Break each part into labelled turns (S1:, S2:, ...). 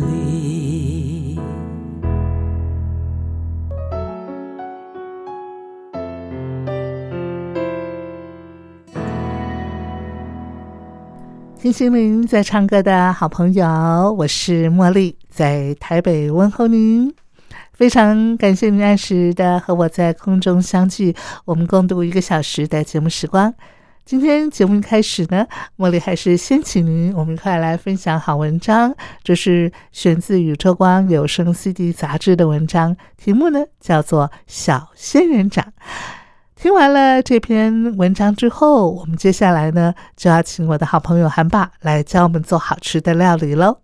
S1: 离。
S2: 听心灵在唱歌的好朋友，啊我是茉莉，在台北问候您。非常感谢您按时的和我在空中相聚，我们共度一个小时的节目时光。今天节目一开始呢，茉莉还是先请您，我们一块来分享好文章。这是选自《宇宙光有声 CD 杂志》的文章，题目呢叫做《小仙人掌》。听完了这篇文章之后，我们接下来呢就要请我的好朋友韩爸来教我们做好吃的料理喽。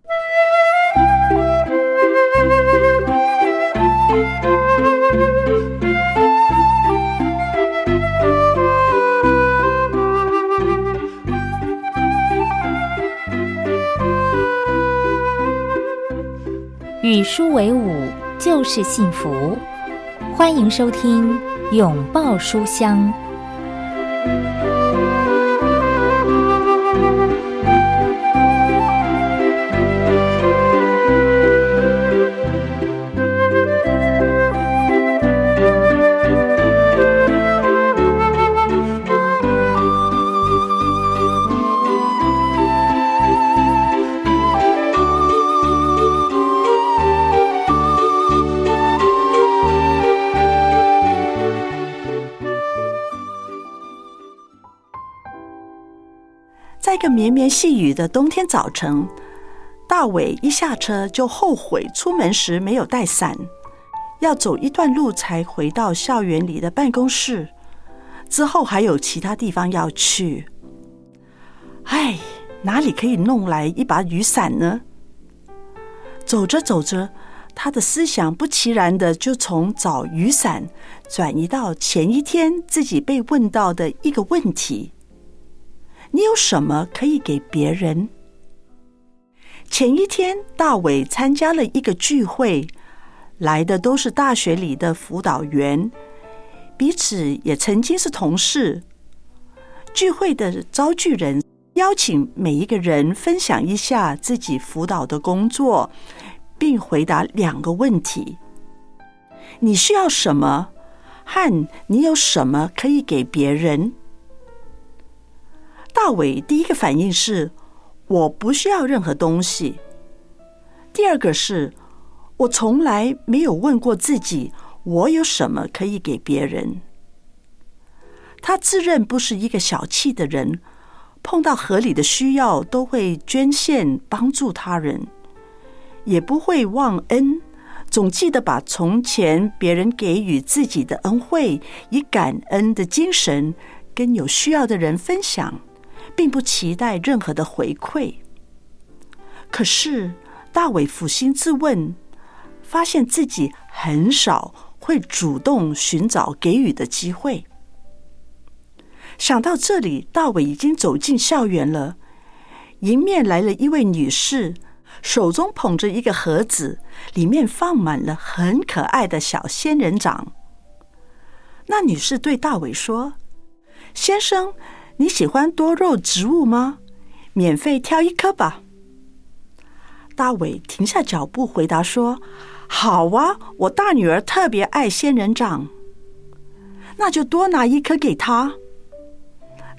S3: 与书为伍就是幸福。欢迎收听《拥抱书香
S4: 在一个绵绵细雨的冬天早晨，大伟一下车就后悔出门时没有带伞，要走一段路才回到校园里的办公室。之后还有其他地方要去，哎，哪里可以弄来一把雨伞呢？走着走着，他的思想不其然的就从找雨伞转移到前一天自己被问到的一个问题。你有什么可以给别人？前一天，大伟参加了一个聚会，来的都是大学里的辅导员，彼此也曾经是同事。聚会的招聚人邀请每一个人分享一下自己辅导的工作，并回答两个问题：你需要什么？和你有什么可以给别人？大伟第一个反应是我不需要任何东西。第二个是我从来没有问过自己我有什么可以给别人。他自认不是一个小气的人，碰到合理的需要都会捐献帮助他人，也不会忘恩，总记得把从前别人给予自己的恩惠以感恩的精神跟有需要的人分享。并不期待任何的回馈。可是大伟俯心自问，发现自己很少会主动寻找给予的机会。想到这里，大伟已经走进校园了，迎面来了一位女士，手中捧着一个盒子，里面放满了很可爱的小仙人掌。那女士对大伟说：“先生。”你喜欢多肉植物吗？免费挑一棵吧。大伟停下脚步，回答说：“好啊，我大女儿特别爱仙人掌，那就多拿一颗给她。”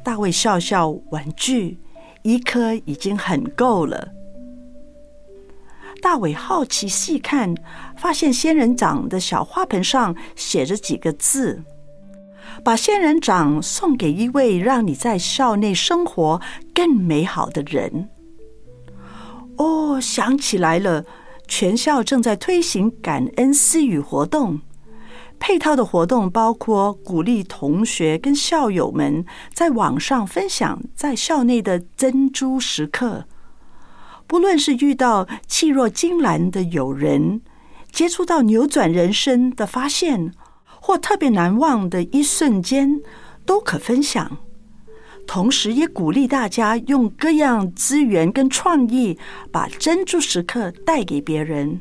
S4: 大卫笑笑婉拒：“一颗已经很够了。”大伟好奇细看，发现仙人掌的小花盆上写着几个字。把仙人掌送给一位让你在校内生活更美好的人。哦，想起来了，全校正在推行感恩私语活动。配套的活动包括鼓励同学跟校友们在网上分享在校内的珍珠时刻，不论是遇到气若金兰的友人，接触到扭转人生的发现，或特别难忘的一瞬间，都可分享。同时，也鼓励大家用各样资源跟创意，把珍珠时刻带给别人。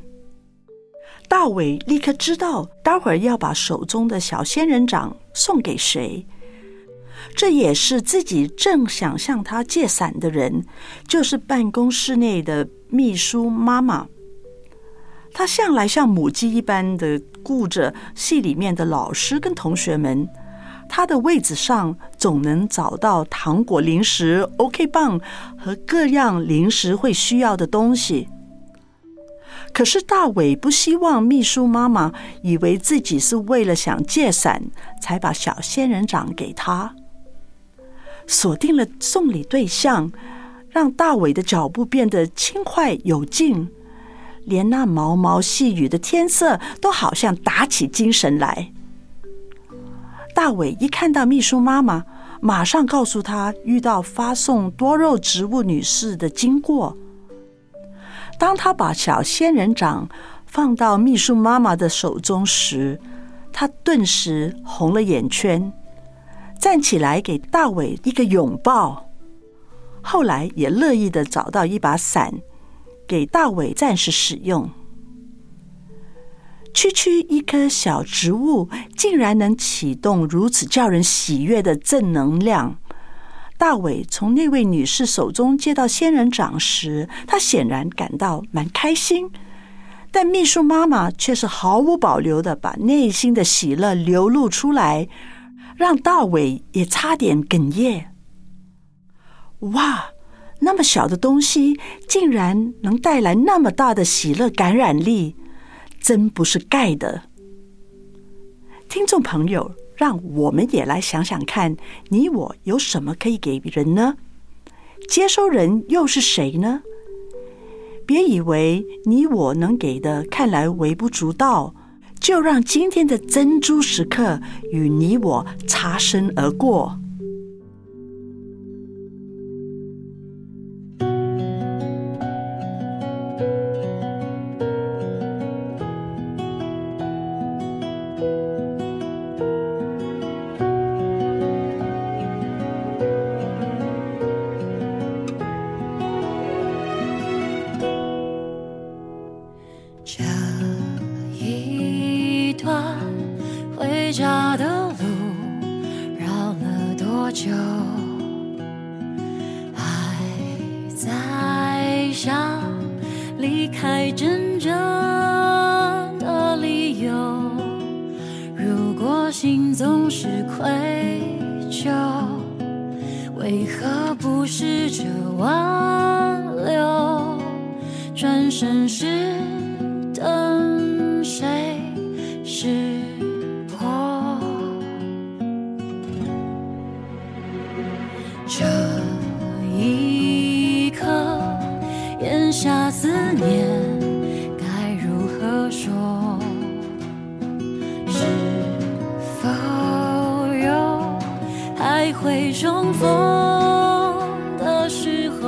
S4: 大伟立刻知道，待会儿要把手中的小仙人掌送给谁。这也是自己正想向他借伞的人，就是办公室内的秘书妈妈。她向来像母鸡一般的顾着系里面的老师跟同学们。她的位子上总能找到糖果、零食、OK 棒和各样临时会需要的东西。可是大伟不希望秘书妈妈以为自己是为了想借伞才把小仙人掌给他，锁定了送礼对象，让大伟的脚步变得轻快有劲，连那毛毛细雨的天色都好像打起精神来。大伟一看到秘书妈妈，马上告诉她遇到发送多肉植物女士的经过。当他把小仙人掌放到秘书妈妈的手中时，他顿时红了眼圈，站起来给大伟一个拥抱。后来也乐意的找到一把伞，给大伟暂时使用。区区一棵小植物，竟然能启动如此叫人喜悦的正能量。大伟从那位女士手中接到仙人掌时，他显然感到蛮开心，但秘书妈妈却是毫无保留的把内心的喜乐流露出来，让大伟也差点哽咽。哇，那么小的东西竟然能带来那么大的喜乐感染力，真不是盖的。听众朋友。让我们也来想想看，你我有什么可以给人呢？接收人又是谁呢？别以为你我能给的看来微不足道，就让今天的珍珠时刻与你我擦身而过。
S1: 这一段回家的路绕了多久？还在想离开真正的理由。如果心总是愧疚，为何不试着挽留？转身时等谁识破？这一刻，咽下思念，该如何说？是否有还会重逢的时候？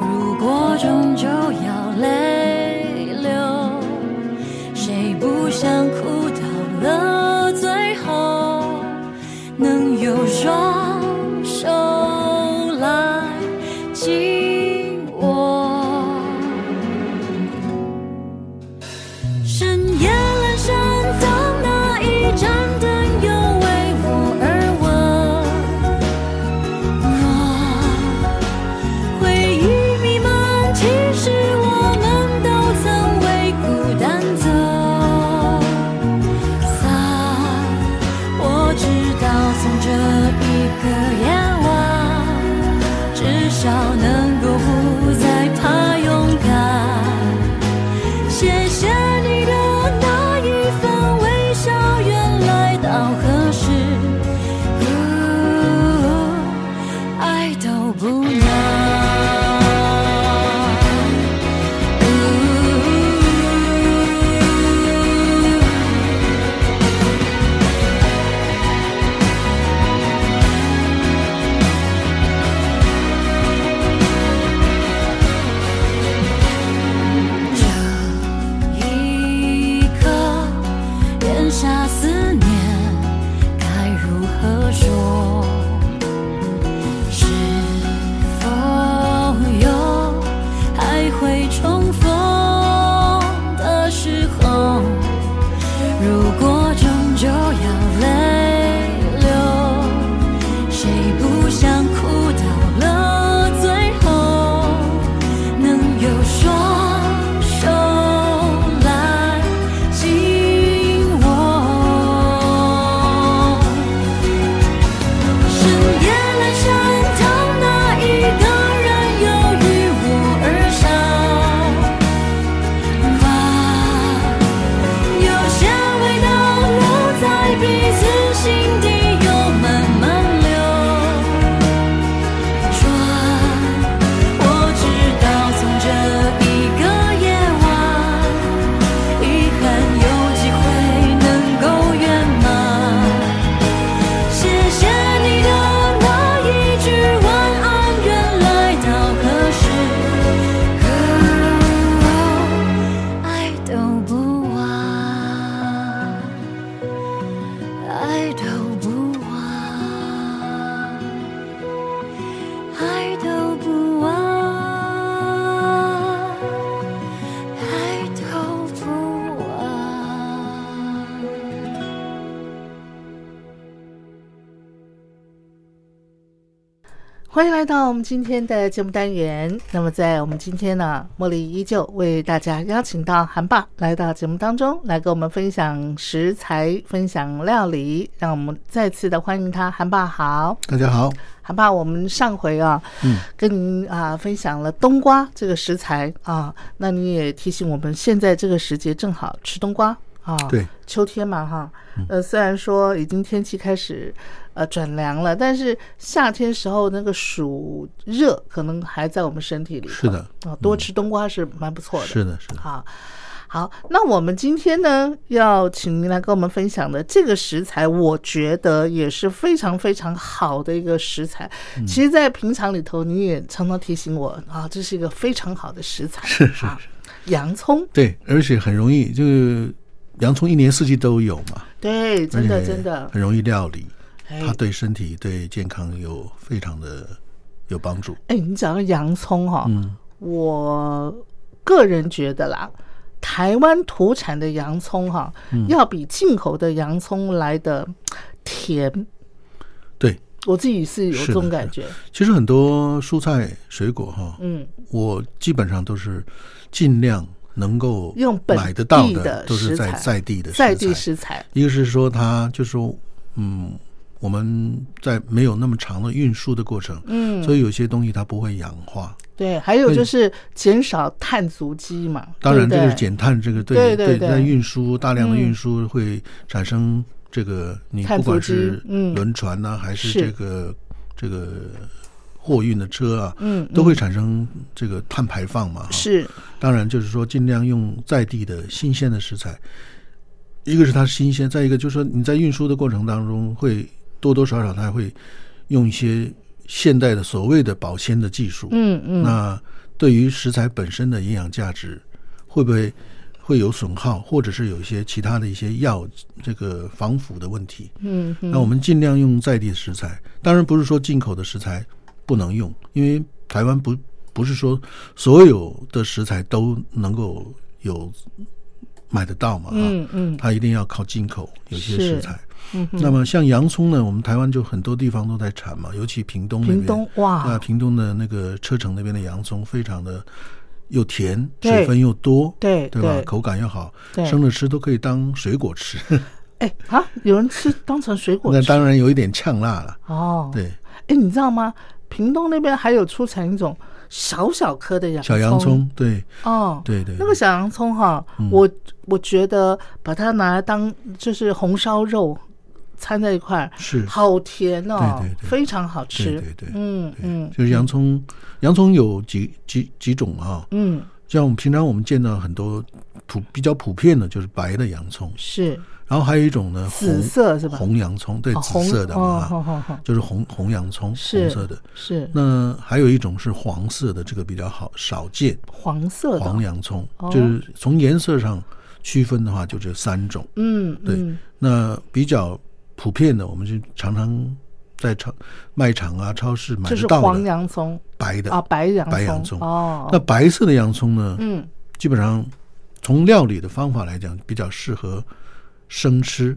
S1: 如果终究要泪流，谁不想哭到了最后，能有双手来紧握？深夜阑珊，当那一盏灯又为我而温，
S2: 欢迎来到我们今天的节目单元。那么，在我们今天呢，茉莉依旧为大家邀请到韩爸来到节目当中，来跟我们分享食材、分享料理。让我们再次的欢迎他，韩爸好。
S5: 大家好，
S2: 韩爸，我们上回啊，
S5: 嗯
S2: 跟您啊分享了冬瓜这个食材啊，那你也提醒我们，现在这个时节正好吃冬瓜啊。
S5: 对，嗯
S2: 秋天嘛哈，呃，虽然说已经天气开始呃转凉了，但是夏天时候那个暑热可能还在我们身体里头。
S5: 是的，嗯
S2: 啊，多吃冬瓜是蛮不错的。
S5: 是的，是的。
S2: 啊。好，那我们今天呢，要请您来跟我们分享的这个食材，我觉得也是非常非常好的一个食材。
S5: 嗯
S2: 其实，在平常里头，你也常常提醒我啊，这是一个非常好的食材，
S5: 是是
S2: 啊洋葱，
S5: 对，而且很容易，就是洋葱一年四季都有嘛，
S2: 对，真的
S5: 而且
S2: 真的，
S5: 很容易料理，
S2: 哎
S5: 它对身体、对健康有非常的有帮助。
S2: 哎，你讲到洋葱哈、
S5: 嗯
S2: 我个人觉得啦，台湾土产的洋葱哈、
S5: 嗯
S2: 要比进口的洋葱来的甜，
S5: 对，
S2: 我自己是有
S5: 是
S2: 这种
S5: 的
S2: 感
S5: 是
S2: 觉。
S5: 其实很多蔬菜水果哈，
S2: 嗯，
S5: 我基本上都是尽量能够
S2: 用本
S5: 买得到
S2: 地的
S5: 都是在
S2: 食材
S5: 在地的
S2: 在
S5: 食
S2: 地
S5: 材。
S2: 食材，
S5: 一个是说它就是说，嗯，我们在没有那么长的运输的过程，
S2: 嗯，
S5: 所以有些东西它不会氧化。
S2: 对，还有就是减少碳足迹嘛。
S5: 当然，
S2: 对
S5: 这
S2: 不对
S5: 个是减碳，这个
S2: 对对
S5: 对
S2: 对
S5: 在运输大量的
S2: 嗯
S5: 运输会产生这个你
S2: 碳
S5: 不
S2: 足
S5: 管
S2: 迹
S5: 是
S2: 嗯
S5: 轮船呐、还是
S2: 是
S5: 这个这个货运的车啊，
S2: 嗯，
S5: 都会
S2: 嗯
S5: 产生这个碳排放嘛。哈，
S2: 是
S5: 当然就是说尽量用在地的新鲜的食材，一个是它新鲜，再一个就是说你在运输的过程当中会多多少少它会用一些现代的所谓的保鲜的技术，
S2: 嗯嗯，
S5: 那对于食材本身的营养价值，会不会会有损耗，或者是有一些其他的一些药这个防腐的问题？
S2: 嗯嗯
S5: 那我们尽量用在地的食材，当然不是说进口的食材不能用，因为台湾不不是说所有的食材都能够有买得到嘛，啊，
S2: 嗯嗯
S5: 它一定要靠进口有些
S2: 是
S5: 食材。
S2: 嗯哼，
S5: 那么像洋葱呢，我们台湾就很多地方都在产嘛，尤其屏东那边，
S2: 屏东
S5: 那
S2: 哇，
S5: 屏东的那个车城那边的洋葱非常的又甜，
S2: 对
S5: 水分又多，
S2: 对
S5: 对吧？口感又好，
S2: 对
S5: 生着吃都可以当水果吃。
S2: 哎啊，有人吃当成水 果
S5: 那
S2: 吃
S5: 当然有一点呛辣了，
S2: 哦。
S5: 对，
S2: 哎，你知道吗？屏东那边还有出产一种小小颗的洋
S5: 小洋葱，对
S2: 哦，
S5: 对嗯对，
S2: 那个小洋葱哈，我我觉得把它拿来当就是红烧肉掺在一块儿，
S5: 是，
S2: 好甜哦，
S5: 对对对
S2: 非常好吃。
S5: 对对对
S2: 嗯嗯
S5: 就是洋葱，洋葱有几几几种啊？
S2: 嗯，
S5: 像我们平常我们见到很多普比较普遍的就是白的洋葱，
S2: 是
S5: 然后还有一种呢
S2: 紫
S5: 红
S2: 色是吧？
S5: 红洋葱，对
S2: 哦
S5: 紫色的
S2: 哦
S5: 嘛，
S2: 哦
S5: 啊
S2: 哦哦
S5: 就是红红洋葱，
S2: 是
S5: 红色的。
S2: 是
S5: 那还有一种是黄色的，这个比较好少见，
S2: 黄色
S5: 黄
S2: 的，
S5: 洋葱
S2: 哦，
S5: 就是从颜色上区分的话，就这三种。
S2: 嗯
S5: 对
S2: 嗯
S5: 那比较普遍的，我们就常常在超卖场啊、超市买
S2: 就是
S5: 得到
S2: 黄
S5: 的
S2: 洋葱
S5: 白的
S2: 啊，。白洋
S5: 白洋葱
S2: 哦，
S5: 那白色的洋葱呢，
S2: 嗯
S5: 基本上从料理的方法来讲，比较适合生吃，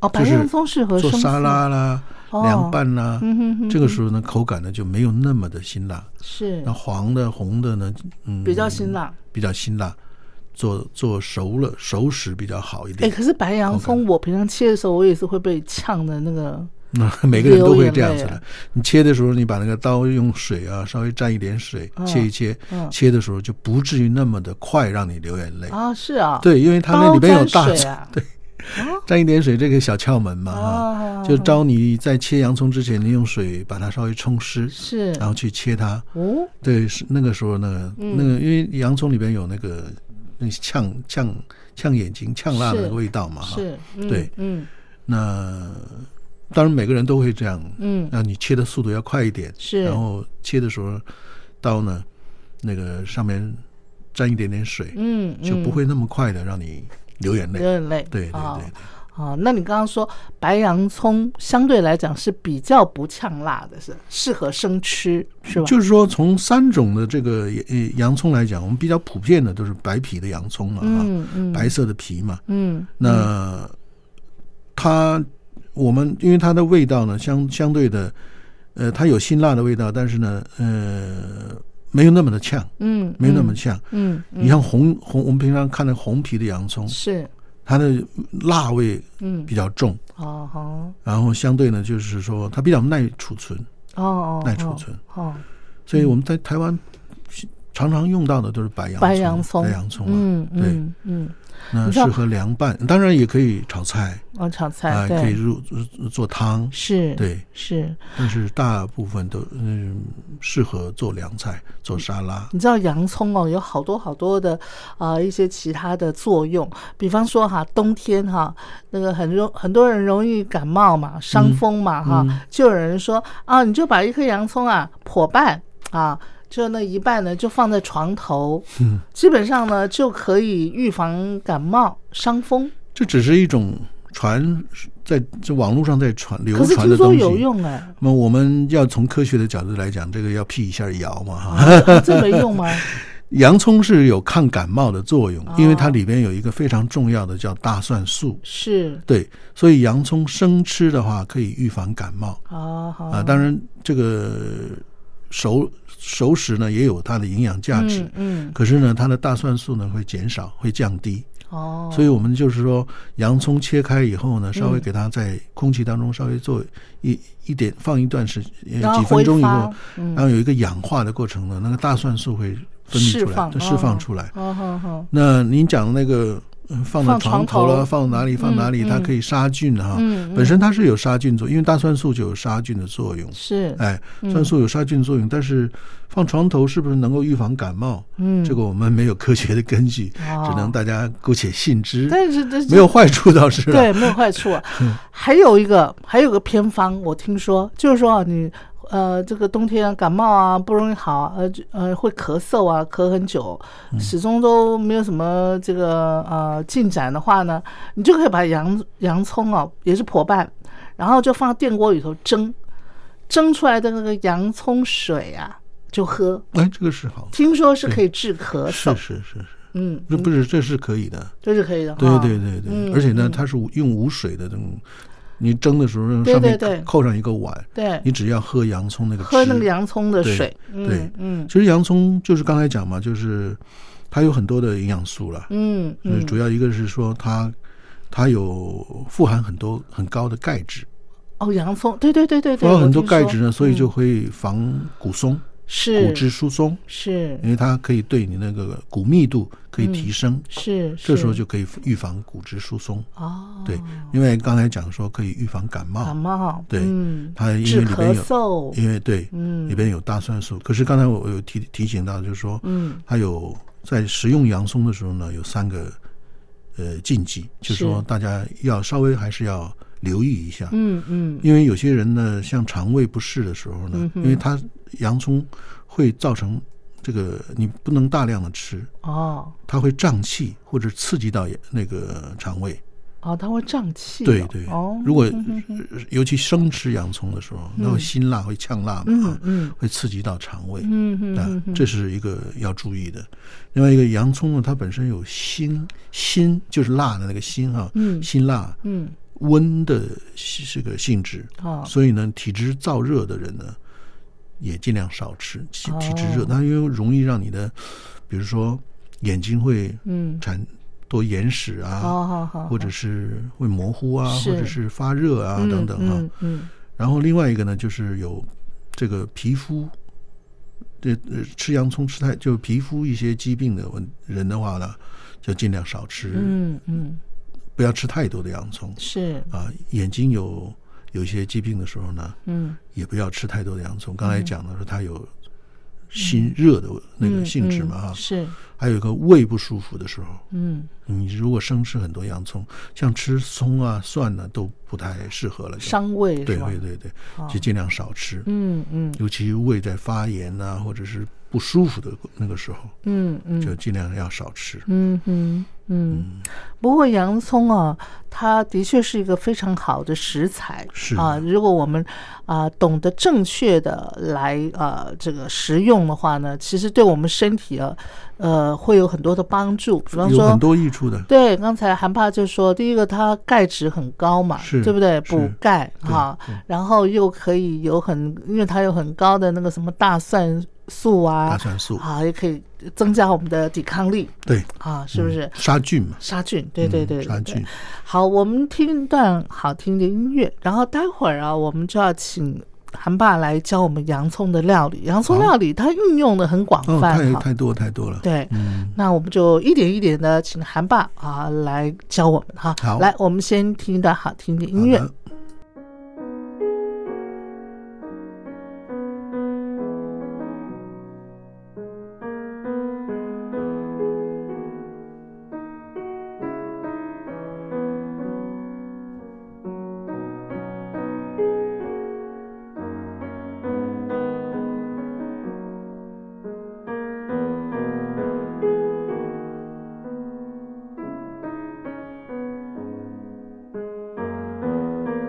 S2: 哦，白
S5: 就是
S2: 洋葱适合
S5: 做
S2: 生
S5: 沙
S2: 吃，
S5: 拉啦、
S2: 哦
S5: 凉拌啦。
S2: 嗯哼哼，
S5: 这个时候呢，口感呢就没有那么的辛辣。
S2: 是
S5: 那黄的、红的呢，嗯，
S2: 比较辛辣。
S5: 比较辛辣，做做熟了熟食比较好一
S2: 哎，
S5: 点。
S2: 可是白洋
S5: 嗯口
S2: 葱，我平常切的时候，我也是会被呛的那个。
S5: 那 每个人都
S2: 流
S5: 会
S2: 眼
S5: 这样
S2: 泪
S5: 子
S2: 啊
S5: 的。你切的时候，你把那个刀用水啊稍微沾一点水
S2: 嗯
S5: 切一切，
S2: 嗯
S5: 切的时候就不至于那么的快让你流眼泪。
S2: 啊，是啊，，
S5: 对，因为它那
S2: 包
S5: 里边有
S2: 沾
S5: 大
S2: 水 啊，对，
S5: 沾一点水这个小窍门嘛哈，
S2: 啊，
S5: 就招你在切洋葱之前，你用水把它稍微冲湿，
S2: 是
S5: 然后去切它。
S2: 哦，
S5: 对，是那个时候呢，
S2: 嗯
S5: 那个因为洋葱里边有那个那呛呛呛眼睛、呛辣的那
S2: 是
S5: 个味道嘛哈。
S2: 是，嗯
S5: 对，
S2: 嗯
S5: 那当然每个人都会这样，
S2: 嗯，
S5: 那你切的速度要快一点，
S2: 是
S5: 然后切的时候刀呢，那个上面沾一点点水，
S2: 嗯，
S5: 就不
S2: 嗯
S5: 会那么快的让你流眼泪。
S2: 流眼泪，
S5: 对对
S2: 哦
S5: 对，
S2: 哦，那你刚刚说白洋葱相对来讲是比较不呛辣的，是适合生吃，是吧？
S5: 就是说从三种的这个呃洋葱来讲，我们比较普遍的都是白皮的洋葱了啊，
S2: 嗯嗯
S5: 白色的皮嘛，
S2: 嗯，
S5: 那它我们因为它的味道呢，相相对的，呃，它有辛辣的味道，但是呢，呃，没有那么的呛，
S2: 嗯，
S5: 没有那么呛。
S2: 嗯，嗯，
S5: 你像红红，我们平常看的红皮的洋葱，
S2: 是，
S5: 它的辣味
S2: 嗯，
S5: 比较重，
S2: 哦哦
S5: 然后相对呢，就是说它比较耐储存，
S2: 哦哦，
S5: 耐储存。
S2: 哦，
S5: 所以我们在台湾常常用到的都是白洋葱
S2: 白洋葱
S5: 白洋葱啊，
S2: 嗯
S5: 对
S2: 嗯嗯，
S5: 那
S2: 你知道
S5: 适合凉拌，当然也可以炒菜
S2: 哦，炒
S5: 啊，
S2: 菜
S5: 可
S2: 对，
S5: 以入入做汤，
S2: 是，，
S5: 对，
S2: 是。
S5: 但是大部分都嗯适合做凉菜、做沙拉。
S2: 你知道洋葱哦，有好多好多的啊、呃一些其他的作用，比方说哈，冬天哈，那个很容很多人容易感冒
S5: 嗯
S2: 嘛，伤风嘛哈，就有人说啊，你就把一颗洋葱啊剖半啊。就那一半呢，就放在床头，
S5: 嗯
S2: 基本上呢就可以预防感冒、伤风。
S5: 这只是一种传，在这网络上在传流
S2: 可是
S5: 传
S2: 听
S5: 的
S2: 说
S5: 东
S2: 有
S5: 西。
S2: 用哎、
S5: 那么我们要从科学的角度来讲，这个要辟一下谣嘛哈。
S2: 啊这没用 吗？
S5: 洋葱是有抗感冒的作用
S2: 哦，
S5: 因为它里边有一个非常重要的叫大蒜素。
S2: 是
S5: 对，所以洋葱生吃的话可以预防感冒
S2: 啊，好
S5: 啊。当然，这个熟熟食呢也有它的营养价值，
S2: 嗯嗯
S5: 可是呢它的大蒜素呢会减少，会降低。
S2: 哦，
S5: 所以我们就是说，洋葱切开以后呢，稍微给它在空气当中稍微做一一点放一段时
S2: 然
S5: 呃
S2: 后
S5: 几分钟以
S2: 挥
S5: 后
S2: 发，嗯
S5: 然后有一个氧化的过程呢，那个大蒜素会分泌出
S2: 释
S5: 来，
S2: 放
S5: 就释放
S2: 哦
S5: 出来。
S2: 好好好，
S5: 那您讲的那个呃放在
S2: 放床
S5: 床头
S2: 头
S5: 了，放哪里放哪里，
S2: 嗯
S5: 它
S2: 嗯
S5: 可以杀菌哈。
S2: 嗯
S5: 本身它是有杀菌作，因为大蒜素就有杀菌的作用。
S2: 是
S5: 哎，
S2: 嗯
S5: 蒜素有杀菌作用，但是放床头是不是能够预防感冒？
S2: 嗯
S5: 这个我们没有科学的根据，
S2: 哦
S5: 只能大家姑且信之。
S2: 但是这
S5: 没有坏处啊嗯倒是了
S2: 对没有坏处 啊。还有一个还有个偏方，我听说就是说啊，你呃这个冬天啊感冒啊不容易好啊，呃就呃会咳嗽啊咳很久，
S5: 嗯
S2: 始终都没有什么这个呃进展的话呢，你就可以把洋洋葱哦也是破半，然后就放到电锅里头蒸，蒸出来的那个洋葱水啊就喝。
S5: 哎，这个是好，
S2: 听说是可以治咳
S5: 嗯是
S2: 嗽，
S5: 是是是，
S2: 嗯，
S5: 这不是这是可以的，
S2: 这是可以的哈。
S5: 对对对对，
S2: 嗯
S5: 而且呢，它是无用无水的这种，你蒸的时候
S2: 对
S5: 上
S2: 对
S5: 面
S2: 对
S5: 扣扣上一个碗，
S2: 对
S5: 你只要喝洋葱那个
S2: 喝那个
S5: 汁
S2: 洋葱的
S5: 对
S2: 水，
S5: 对
S2: 嗯嗯
S5: 其实洋葱就是刚才讲嘛，就是它有很多的营养素了，
S2: 嗯
S5: 就是
S2: 嗯，
S5: 主要一个是说它它有富含很多很高的钙质，
S2: 哦，洋葱，对对对对
S5: 富
S2: 对，
S5: 含很
S2: 我
S5: 多
S2: 听
S5: 钙
S2: 说
S5: 质呢，所以就
S2: 嗯
S5: 会防骨松、骨
S2: 是
S5: 质疏松，
S2: 是
S5: 因为它可以对你那个骨密度可以提升。
S2: 是，
S5: 这时候
S2: 嗯是
S5: 就可以预防骨质疏松，
S2: 哦，
S5: 对，因为刚才讲说可以预防感冒，
S2: 感冒，
S5: 啊对
S2: 嗯，
S5: 它因
S2: 治
S5: 为里
S2: 咳
S5: 边有，
S2: 嗽，
S5: 因为对，
S2: 嗯
S5: 里边有大蒜素。可是刚才我有提提醒到，就是说，
S2: 嗯，
S5: 它有在食用洋葱的时候呢，有三个呃禁忌，就是说大家要稍微还是要留意一下，
S2: 嗯嗯，
S5: 因为有些人呢，像肠胃不适的时候呢，因为它洋葱会造成这个你不能大量的吃，
S2: 哦
S5: 它会胀气或者刺激到也那个肠胃。
S2: 哦，它会胀气哦，
S5: 对对，
S2: 哦，
S5: 如果
S2: 嗯
S5: 呃尤其生吃洋葱的时候，那会辛辣，会呛辣嘛，
S2: 嗯
S5: 啊
S2: 嗯
S5: 会刺激到肠胃，
S2: 嗯嗯
S5: 啊
S2: 嗯，嗯，
S5: 这是一个要注意的。另外一个，洋葱呢，它本身有辛，辛就是辣的那个辛哈，
S2: 嗯
S5: 辛辣
S2: 嗯
S5: 温的这个性质，
S2: 哦
S5: 所以呢，体质燥热的人呢，也尽量少吃。体体质热，
S2: 哦
S5: 它因为容易让你的，比如说眼睛会
S2: 嗯，哦
S5: 产多眼屎啊，
S2: 好好好，
S5: 或者是会模糊啊，
S2: 是
S5: 或者是发热啊
S2: 嗯
S5: 等等啊。
S2: 嗯嗯
S5: 然后另外一个呢，就是有这个皮肤，这呃吃洋葱吃太就皮肤一些疾病的问人的话呢，就尽量少吃，
S2: 嗯嗯，
S5: 不要吃太多的洋葱
S2: 是，
S5: 啊。眼睛有有一些疾病的时候呢，
S2: 嗯
S5: 也不要吃太多的洋葱。刚才讲的是它有心热的那个
S2: 嗯
S5: 性质
S2: 嗯
S5: 嘛哈、
S2: 是，
S5: 还有一个胃不舒服的时候，
S2: 嗯
S5: 你如果生吃很多洋葱，像吃葱啊、蒜呢、都不太适合了。就
S2: 伤胃
S5: 对
S2: 是吧
S5: 对？对对
S2: 哦，
S5: 就尽量少吃，
S2: 嗯嗯
S5: 尤其胃在发炎呐、或者是不舒服的那个时候，
S2: 嗯嗯，
S5: 就尽量要少吃。
S2: 嗯哼，嗯，不过洋葱啊，它的确是一个非常好的食材，
S5: 是
S2: 啊。如果我们啊、懂得正确的来啊这个食用的话呢，其实对我们身体啊，呃呃会有很多的帮助，比方
S5: 有
S2: 说
S5: 很多益处的。
S2: 对，刚才韩帕就说，第一个它钙质很高嘛，
S5: 是
S2: 对不对？
S5: 是
S2: 补钙
S5: 对
S2: 哈
S5: 对，
S2: 然后又可以有很，因为它有很高的那个什么大蒜素
S5: 大
S2: 啊，
S5: 蒜素，
S2: 啊，也可以增加我们的抵抗力
S5: 对，
S2: 啊，是不
S5: 嗯
S2: 是？
S5: 杀菌嘛？
S2: 杀菌，对对对，
S5: 嗯杀
S2: 对
S5: 菌。
S2: 好，我们听一段好听的音乐，然后待会儿啊，我们就要请韩爸来教我们洋葱的料理。洋葱
S5: 好
S2: 料理它运用的很广
S5: 哦，
S2: 泛
S5: 太
S2: 哈，
S5: 太多太多了。
S2: 对，
S5: 嗯，
S2: 那我们就一点一点的请韩爸啊来教我们哈。
S5: 好
S2: 来，我们先听一段好听的
S5: 好
S2: 音乐。
S5: 的
S6: 啊。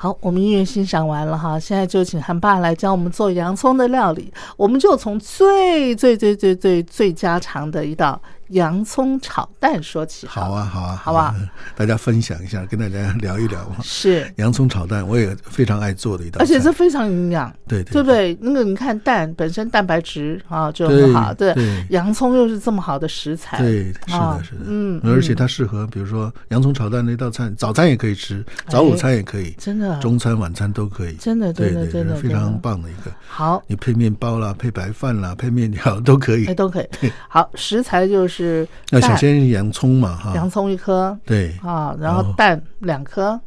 S2: 好，我们音乐欣赏完了哈，现在就请韩爸来教我们做洋葱的料理。我们就从最最最最最最家常的一道洋葱炒蛋说起。
S5: 好，啊，好啊，
S2: 好吧
S5: 啊， 大家分享一下，跟大家聊一聊嘛。
S2: 是，
S5: 洋葱炒蛋，我也非常爱做的一道菜，
S2: 而且这非常营养。
S5: 对
S2: 对
S5: 对
S2: 不对？那个你看蛋本身蛋白质啊就很好，
S5: 对对
S2: 洋葱又是这么好的食材，
S5: 对，是
S2: 啊
S5: 的，是的，
S2: 嗯
S5: 而且
S2: 嗯
S5: 它适合，比如说洋葱炒蛋那道菜，早餐也可以吃，早午
S2: 哎
S5: 餐也可以，
S2: 真的
S5: 中餐、晚餐都可以，
S2: 真的
S5: 对
S2: 真的
S5: 对，
S2: 真的
S5: 是非
S2: 真的
S5: 常棒的一个。
S2: 好，
S5: 你配面包啦，配白饭啦，配面条都可以
S2: 哎。都可以。好，食材就是
S5: 那
S2: 蛋、
S5: 首先洋葱嘛，哈，
S2: 洋葱一颗
S5: 对，
S2: 啊，然后
S5: 哦
S2: 蛋两颗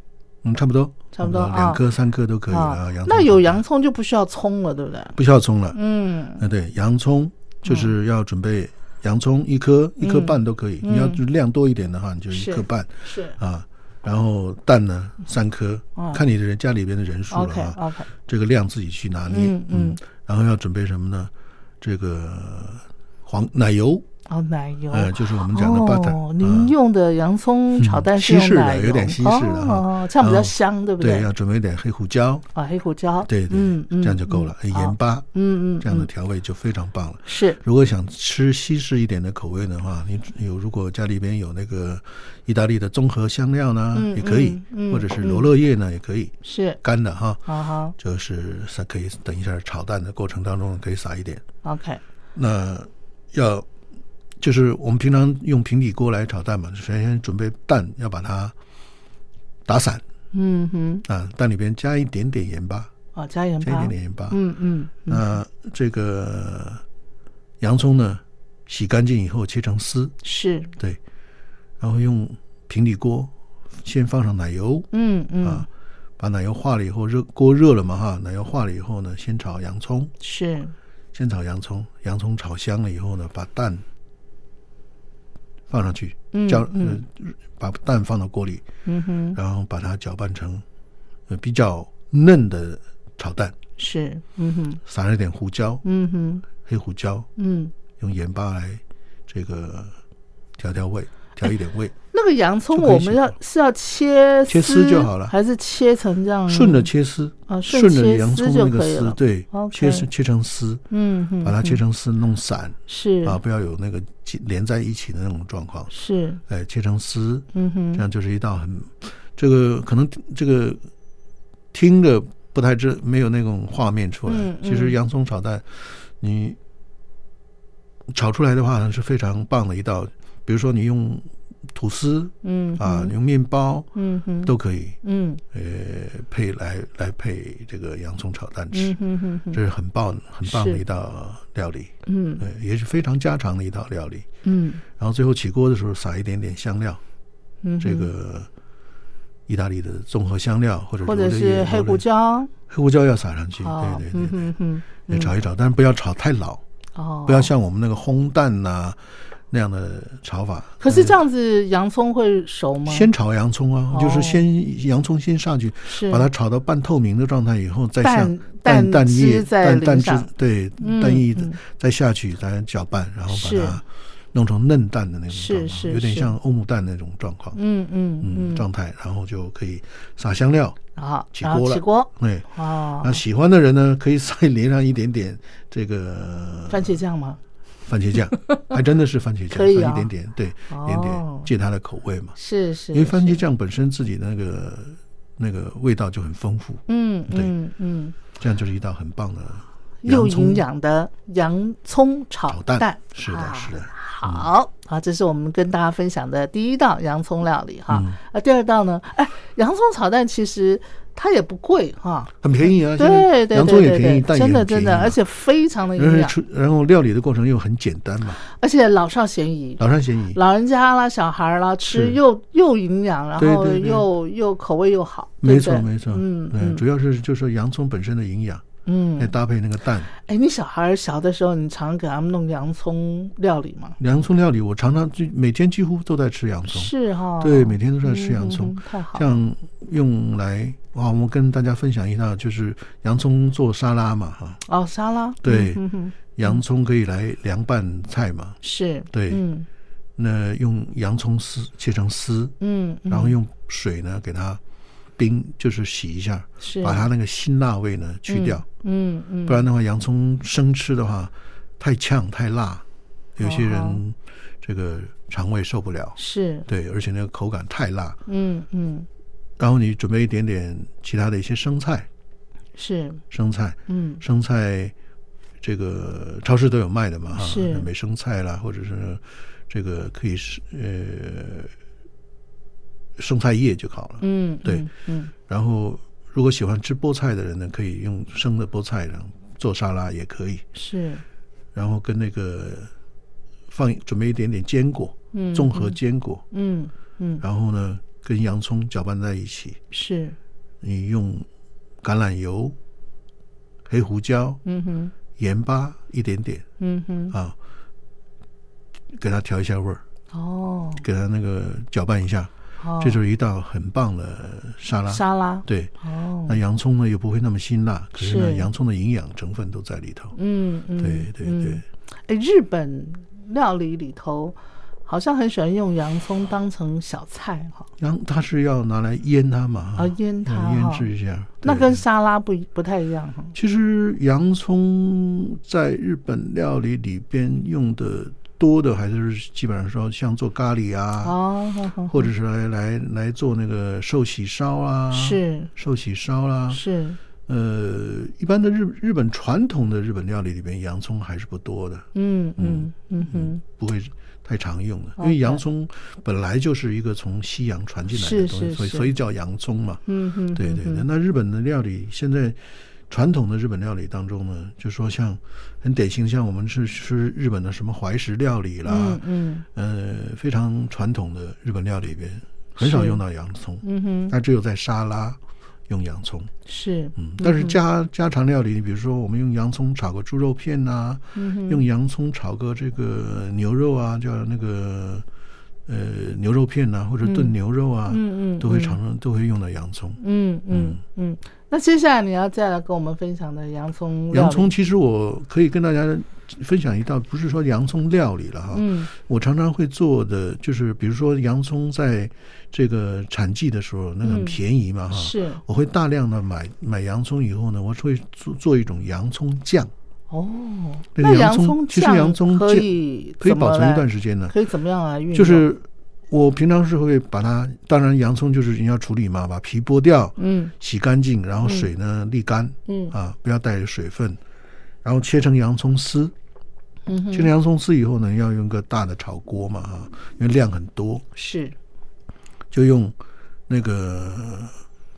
S5: 嗯，差不多，
S2: 差不多啊
S5: 两颗、三颗都可以了
S2: 啊
S5: 啊。洋葱
S2: 那
S5: 炒
S2: 有
S5: 蛋
S2: 洋葱就不需要葱了，对不对？
S5: 不需要葱了？
S2: 嗯，
S5: 那对，洋葱就是要准备洋葱一颗、一颗半都可以，你要
S2: 嗯
S5: 是量多一点的话，你就一
S2: 是
S5: 颗半
S2: 是
S5: 啊。然后蛋呢，三颗，
S2: 哦
S5: 看你的人家里边的人数了
S2: OK
S5: 啊。
S2: OK，
S5: 这个量自己去拿捏。
S2: 嗯嗯，
S5: 然后要准备什么呢？这个黄奶油，
S2: 哦，奶油。
S5: 呃，就是我们讲的 butter、
S2: 哦，您
S5: 啊
S2: 用的洋葱炒蛋是
S5: 西式
S2: 用
S5: 的
S2: 奶油，
S5: 有点西式的啊
S2: 哦，这样比较
S5: 然后
S2: 香，对不
S5: 对，要准备一点黑胡椒，
S2: 啊，黑胡椒，
S5: 对对，
S2: 嗯嗯，
S5: 这样就够了。哎
S2: 嗯
S5: 盐，巴、
S2: 嗯嗯，
S5: 这样的
S2: 嗯
S5: 调味就非常棒了。
S2: 是
S5: 如果想吃西式一点的口味的话，你有如果家里边有那个意大利的综合香料呢，
S2: 嗯
S5: 也可以，
S2: 嗯嗯
S5: 或者是罗勒叶呢，也可以，
S2: 是，
S5: 干的哈，
S2: 好好
S5: 就是撒可以等一下炒蛋的过程当中可以撒一点。
S2: ，OK，
S5: 那要就是我们平常用平底锅来炒蛋嘛，首先准备蛋要把它打散
S2: 嗯哼，
S5: 啊，蛋里边加一点点盐巴，
S2: 哦，加盐
S5: 加一
S2: 巴
S5: 点，点盐巴。
S2: 嗯嗯，
S5: 那这个洋葱呢，洗干净以后切成丝，
S2: 是，
S5: 对，然后用平底锅先放上奶油，
S2: 嗯嗯
S5: 啊把奶油化了以后，热锅热了嘛哈，奶油化了以后呢，先炒洋葱，
S2: 是，
S5: 先炒洋葱，洋葱炒香了以后呢，把蛋放上去，
S2: 嗯
S5: 搅、
S2: 嗯
S5: 呃把蛋放到锅里，
S2: 嗯哼，
S5: 然后把它搅拌成呃比较嫩的炒蛋，
S2: 是，嗯哼，
S5: 撒了点胡椒，
S2: 嗯哼，
S5: 黑胡椒，
S2: 嗯，
S5: 用盐巴来这个调调味，调一点味，
S2: 那个洋葱
S5: 就可以
S2: 我们
S5: 洗
S2: 要
S5: 了
S2: 是要切
S5: 切
S2: 丝
S5: 丝就好了
S2: 还是切成这样
S5: 顺着？切丝
S2: 啊嗯顺
S5: 顺
S2: 切
S5: 着
S2: 丝
S5: 洋葱
S2: 就
S5: 那个
S2: 可以
S5: 丝
S2: 了，
S5: 对
S2: OK
S5: 切丝切成丝，
S2: 嗯哼，
S5: 把它切成丝弄散
S2: 是
S5: 啊，不要有那个紧连在一起的那种状况，
S2: 是，
S5: 哎，切成丝，
S2: 嗯
S5: 这
S2: 哼，
S5: 样就是一道很，这个可能这个听着不太知没有那种画面出来。
S2: 嗯嗯
S5: 其实洋葱炒蛋，你炒出来的话是非常棒的一道。比如说你用吐司
S2: 嗯
S5: 啊，
S2: 哼
S5: 你用面包
S2: 嗯哼，
S5: 都可以，
S2: 嗯
S5: 呃，配来来配这个洋葱炒蛋吃
S2: 嗯，哼哼哼，
S5: 这是很棒很棒的
S2: 是
S5: 一道料理，
S2: 嗯
S5: 对，也是非常家常的一道料理。
S2: 嗯
S5: 然后最后起锅的时候撒一点点香料，
S2: 嗯，
S5: 这个意大利的综合香料，或者
S2: 或者
S5: 罗勒
S2: 是
S5: 叶
S2: 黑胡，椒，
S5: 罗勒黑胡椒要撒上去，
S2: 哦
S5: 对对
S2: 嗯
S5: 对，
S2: 哼哼，
S5: 也炒一炒，但是不要炒太老，
S2: 哦，
S5: 不要像我们那个烘蛋呐、那样的炒法。
S2: 可是这样子洋葱会熟吗？
S5: 先炒洋葱啊，
S2: 哦
S5: 就是先洋葱先上去，
S2: 是
S5: 把它炒到半透明的状态以后，再下
S2: 蛋
S5: 蛋
S2: 蛋
S5: 蛋
S2: 汁
S5: 液、
S2: 在
S5: 蛋
S2: 淋
S5: 蛋汁
S2: 上，
S5: 对
S2: 嗯
S5: 蛋液
S2: 嗯
S5: 再下去，再搅拌，然后把
S2: 是
S5: 它弄成嫩蛋的那种
S2: 是
S5: 状
S2: 是
S5: 况，有点
S2: 是
S5: 像欧姆蛋那种状况，
S2: 嗯嗯
S5: 嗯，
S2: 嗯，
S5: 状态，然后就可以撒香料，
S2: 好，
S5: 嗯起
S2: 然后
S5: 锅了
S2: 起锅，
S5: 对。
S2: 哦
S5: 那，喜欢的人呢，可以再淋上一点点这个
S2: 番茄酱吗？
S5: 番茄酱， 还真的是番茄酱，
S2: 可以啊
S5: 放一点点，对，
S2: 哦
S5: 一点点借它的口味嘛。
S2: 是是，
S5: 因为番
S2: 是
S5: 茄酱本身自己的那个那个味道就很丰富，
S2: 嗯
S5: 对
S2: 嗯嗯，
S5: 这样就是一道很棒的
S2: 又
S5: 洋葱
S2: 营养的洋葱炒
S5: 炒
S2: 蛋
S5: 蛋。。嗯是的，
S2: 啊
S5: 是的，
S2: 好啊，这是我们跟大家分享的第一道洋葱料理哈。
S5: 嗯
S2: 啊，第二道呢，哎，洋葱炒蛋其实它也不贵哈，
S5: 很便宜啊。现在
S2: 对对
S5: 洋葱也
S2: 对
S5: 便宜，
S2: 对
S5: 蛋
S2: 对，
S5: 也
S2: 真的
S5: 很
S2: 真
S5: 便宜
S2: 的，
S5: 嘛。嗯
S2: 而且非常的营
S5: 而且
S2: 养，
S5: 出，然后料理的过程又很简单嘛，
S2: 而且老少咸宜。
S5: 老少咸宜。
S2: 老人家啦、小孩啦，吃
S5: 嗯是
S2: 又又营养，然
S5: 对
S2: 后
S5: 对对
S2: 又又口味又好，对
S5: 没
S2: 不
S5: 错，
S2: 对
S5: 没错，
S2: 嗯
S5: 对，
S2: 嗯
S5: 主要是就是说洋葱本身的营养，再
S2: 嗯。
S5: 搭配那个蛋，
S2: 哎，你小孩小的时候，你常给他们弄洋葱料理吗？
S5: 洋葱料理，我常常就每天几乎都在吃洋葱，
S2: 是哈，
S5: 对，每天都在吃洋葱
S2: 嗯，太好
S5: 这
S2: 了。
S5: 样用来哇，我们跟大家分享一下，就是洋葱做沙拉嘛，哈，
S2: 哦，沙拉，
S5: 对
S2: 嗯哼哼
S5: 洋葱可以来凉拌菜嘛，
S2: 是，
S5: 对
S2: 嗯
S5: 那用洋葱丝切成丝，
S2: 嗯，嗯
S5: 然后用水呢给它冰，就是洗一下，
S2: 是
S5: 把它那个辛辣味呢去掉。
S2: 嗯嗯，
S5: 不然的话，洋葱生吃的话太呛太辣，有些
S2: 哦
S5: 人这个肠胃受不了。
S2: 是
S5: 对，而且那个口感太辣。
S2: 嗯嗯
S5: 然后你准备一点点其他的一些生菜，
S2: 是
S5: 生菜，
S2: 嗯
S5: 生菜，这个超市都有卖的嘛，哈
S2: 是，
S5: 美生菜啦，或者是这个可以是呃生菜叶就好了。
S2: 嗯
S5: 对
S2: 嗯嗯
S5: 然后如果喜欢吃菠菜的人呢，可以用生的菠菜，然后做沙拉也可以。
S2: 是
S5: 然后跟那个放准备一点点坚果，
S2: 嗯
S5: 综合坚果，
S2: 嗯嗯
S5: 然后呢跟洋葱搅拌在一起，
S2: 是
S5: 你用橄榄油、黑胡椒、
S2: 嗯哼
S5: 盐巴一点点
S2: 嗯哼
S5: 啊，给它调一下味儿，
S2: 哦
S5: 给它那个搅拌一下，
S2: 哦
S5: 这就是一道很棒的沙拉。
S2: 沙拉
S5: 对，
S2: 哦
S5: 那洋葱呢又不会那么辛辣，可是呢
S2: 是
S5: 洋葱的营养成分都在里头。
S2: 嗯嗯
S5: 对对
S2: 嗯
S5: 对，
S2: 诶日本料理里头好像很喜欢用洋葱当成小菜哈，
S5: 然后它是要拿来腌它嘛，
S2: 啊
S5: 哈
S2: 腌它
S5: 腌
S2: 哈，
S5: 制一下。
S2: 那
S5: 对
S2: 跟沙拉不一不太一样哈。
S5: 其实洋葱在日本料理里边用的多的，还是基本上说像做咖喱啊，
S2: 哦，好好
S5: 或者是来来来做那个寿喜烧啊，
S2: 是
S5: 寿喜烧啦、
S2: 是
S5: 呃，一般的日日本传统的日本料理里边，洋葱还是不多的，
S2: 嗯嗯嗯哼
S5: 不会太常用的，因
S2: OK
S5: 为洋葱本来就是一个从西洋传进来
S2: 是
S5: 的东西，
S2: 是
S5: 所以
S2: 是
S5: 所以叫洋葱嘛。
S2: 嗯哼，
S5: 对对对，那日本的料理现在传统的日本料理当中呢，就说像很典型，像我们是吃日本的什么怀石料理啦
S2: 嗯，嗯
S5: 呃，非常传统的日本料理里边很少
S2: 是
S5: 用到洋葱，
S2: 嗯哼
S5: 那只有在沙拉用洋葱。
S2: 是
S5: 嗯，但是家家常料理，你比如说我们用洋葱炒个猪肉片呐、
S2: 嗯
S5: 用洋葱炒个这个牛肉啊，叫那个呃牛肉片呐、或者炖牛肉啊，
S2: 嗯嗯
S5: 都会常常都会用到洋葱。
S2: 嗯嗯嗯。那接下来你要再来跟我们分享的洋葱料理
S5: 洋葱其实我可以跟大家分享一道，不是说洋葱料理了哈。
S2: 嗯
S5: 我常常会做的就是，比如说洋葱在这个产季的时候，那个很便宜嘛哈。
S2: 嗯是
S5: 我会大量的买买洋葱以后呢，我会做做一种洋葱酱。
S2: 哦，
S5: 那个
S2: 洋
S5: 洋葱其实洋
S2: 酱
S5: 葱
S2: 可
S5: 酱
S2: 以
S5: 可以
S2: 怎么
S5: 保存
S2: 来
S5: 一段时间呢。
S2: 可以怎么样啊？运
S5: 就是我平常是会把它，当然洋葱就是你要处理嘛，把皮剥掉，
S2: 嗯
S5: 洗干净，然后水呢沥干，
S2: 嗯
S5: 啊，不要带水分，然后切成洋葱丝。
S2: 嗯
S5: 切成洋葱丝以后呢，要用个大的炒锅嘛啊，因为量很多，
S2: 是
S5: 就用那个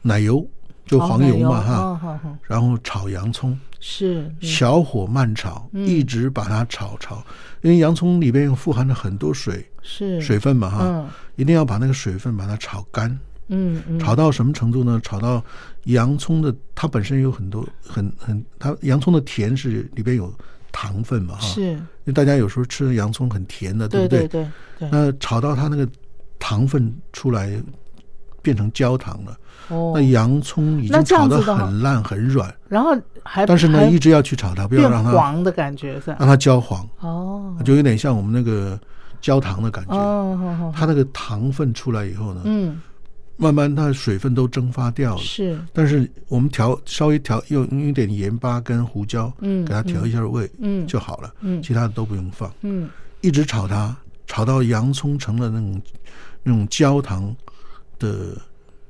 S5: 奶油，就黄油嘛哈，
S2: 哦好好
S5: 然后炒洋葱，
S2: 是嗯
S5: 小火慢炒，一直把它炒炒，因为洋葱里边有富含了很多水
S2: 是
S5: 水分嘛哈，
S2: 嗯
S5: 一定要把那个水分把它炒干，
S2: 嗯嗯
S5: 炒到什么程度呢？炒到洋葱的它本身有很多很很，它洋葱的甜是里边有糖分嘛哈，因
S2: 是
S5: 为大家有时候吃的洋葱很甜的，
S2: 对
S5: 不啊对？
S2: 对对
S5: 那炒到它那个糖分出来变成焦糖了，
S2: 哦
S5: 那，洋葱已
S2: 那这
S5: 经炒
S2: 样
S5: 得
S2: 子的话
S5: 很烂很软，
S2: 然后还
S5: 但是呢，
S2: 还
S5: 一直要去炒它，不要
S2: 变
S5: 让它
S2: 黄的感觉是吧
S5: 让它焦黄，
S2: 哦
S5: 就有点像我们那个焦糖的感觉。
S2: 哦好好好
S5: 它那个糖分出来以后呢，
S2: 嗯
S5: 慢慢它的水分都蒸发掉了。
S2: 是
S5: 但是我们调稍微调用用一点盐巴跟胡椒，
S2: 嗯
S5: 给它调一下味，
S2: 嗯
S5: 就好了，
S2: 嗯
S5: 其他的都不用放，
S2: 嗯
S5: 一直炒它，炒到洋葱成了那种那种焦糖的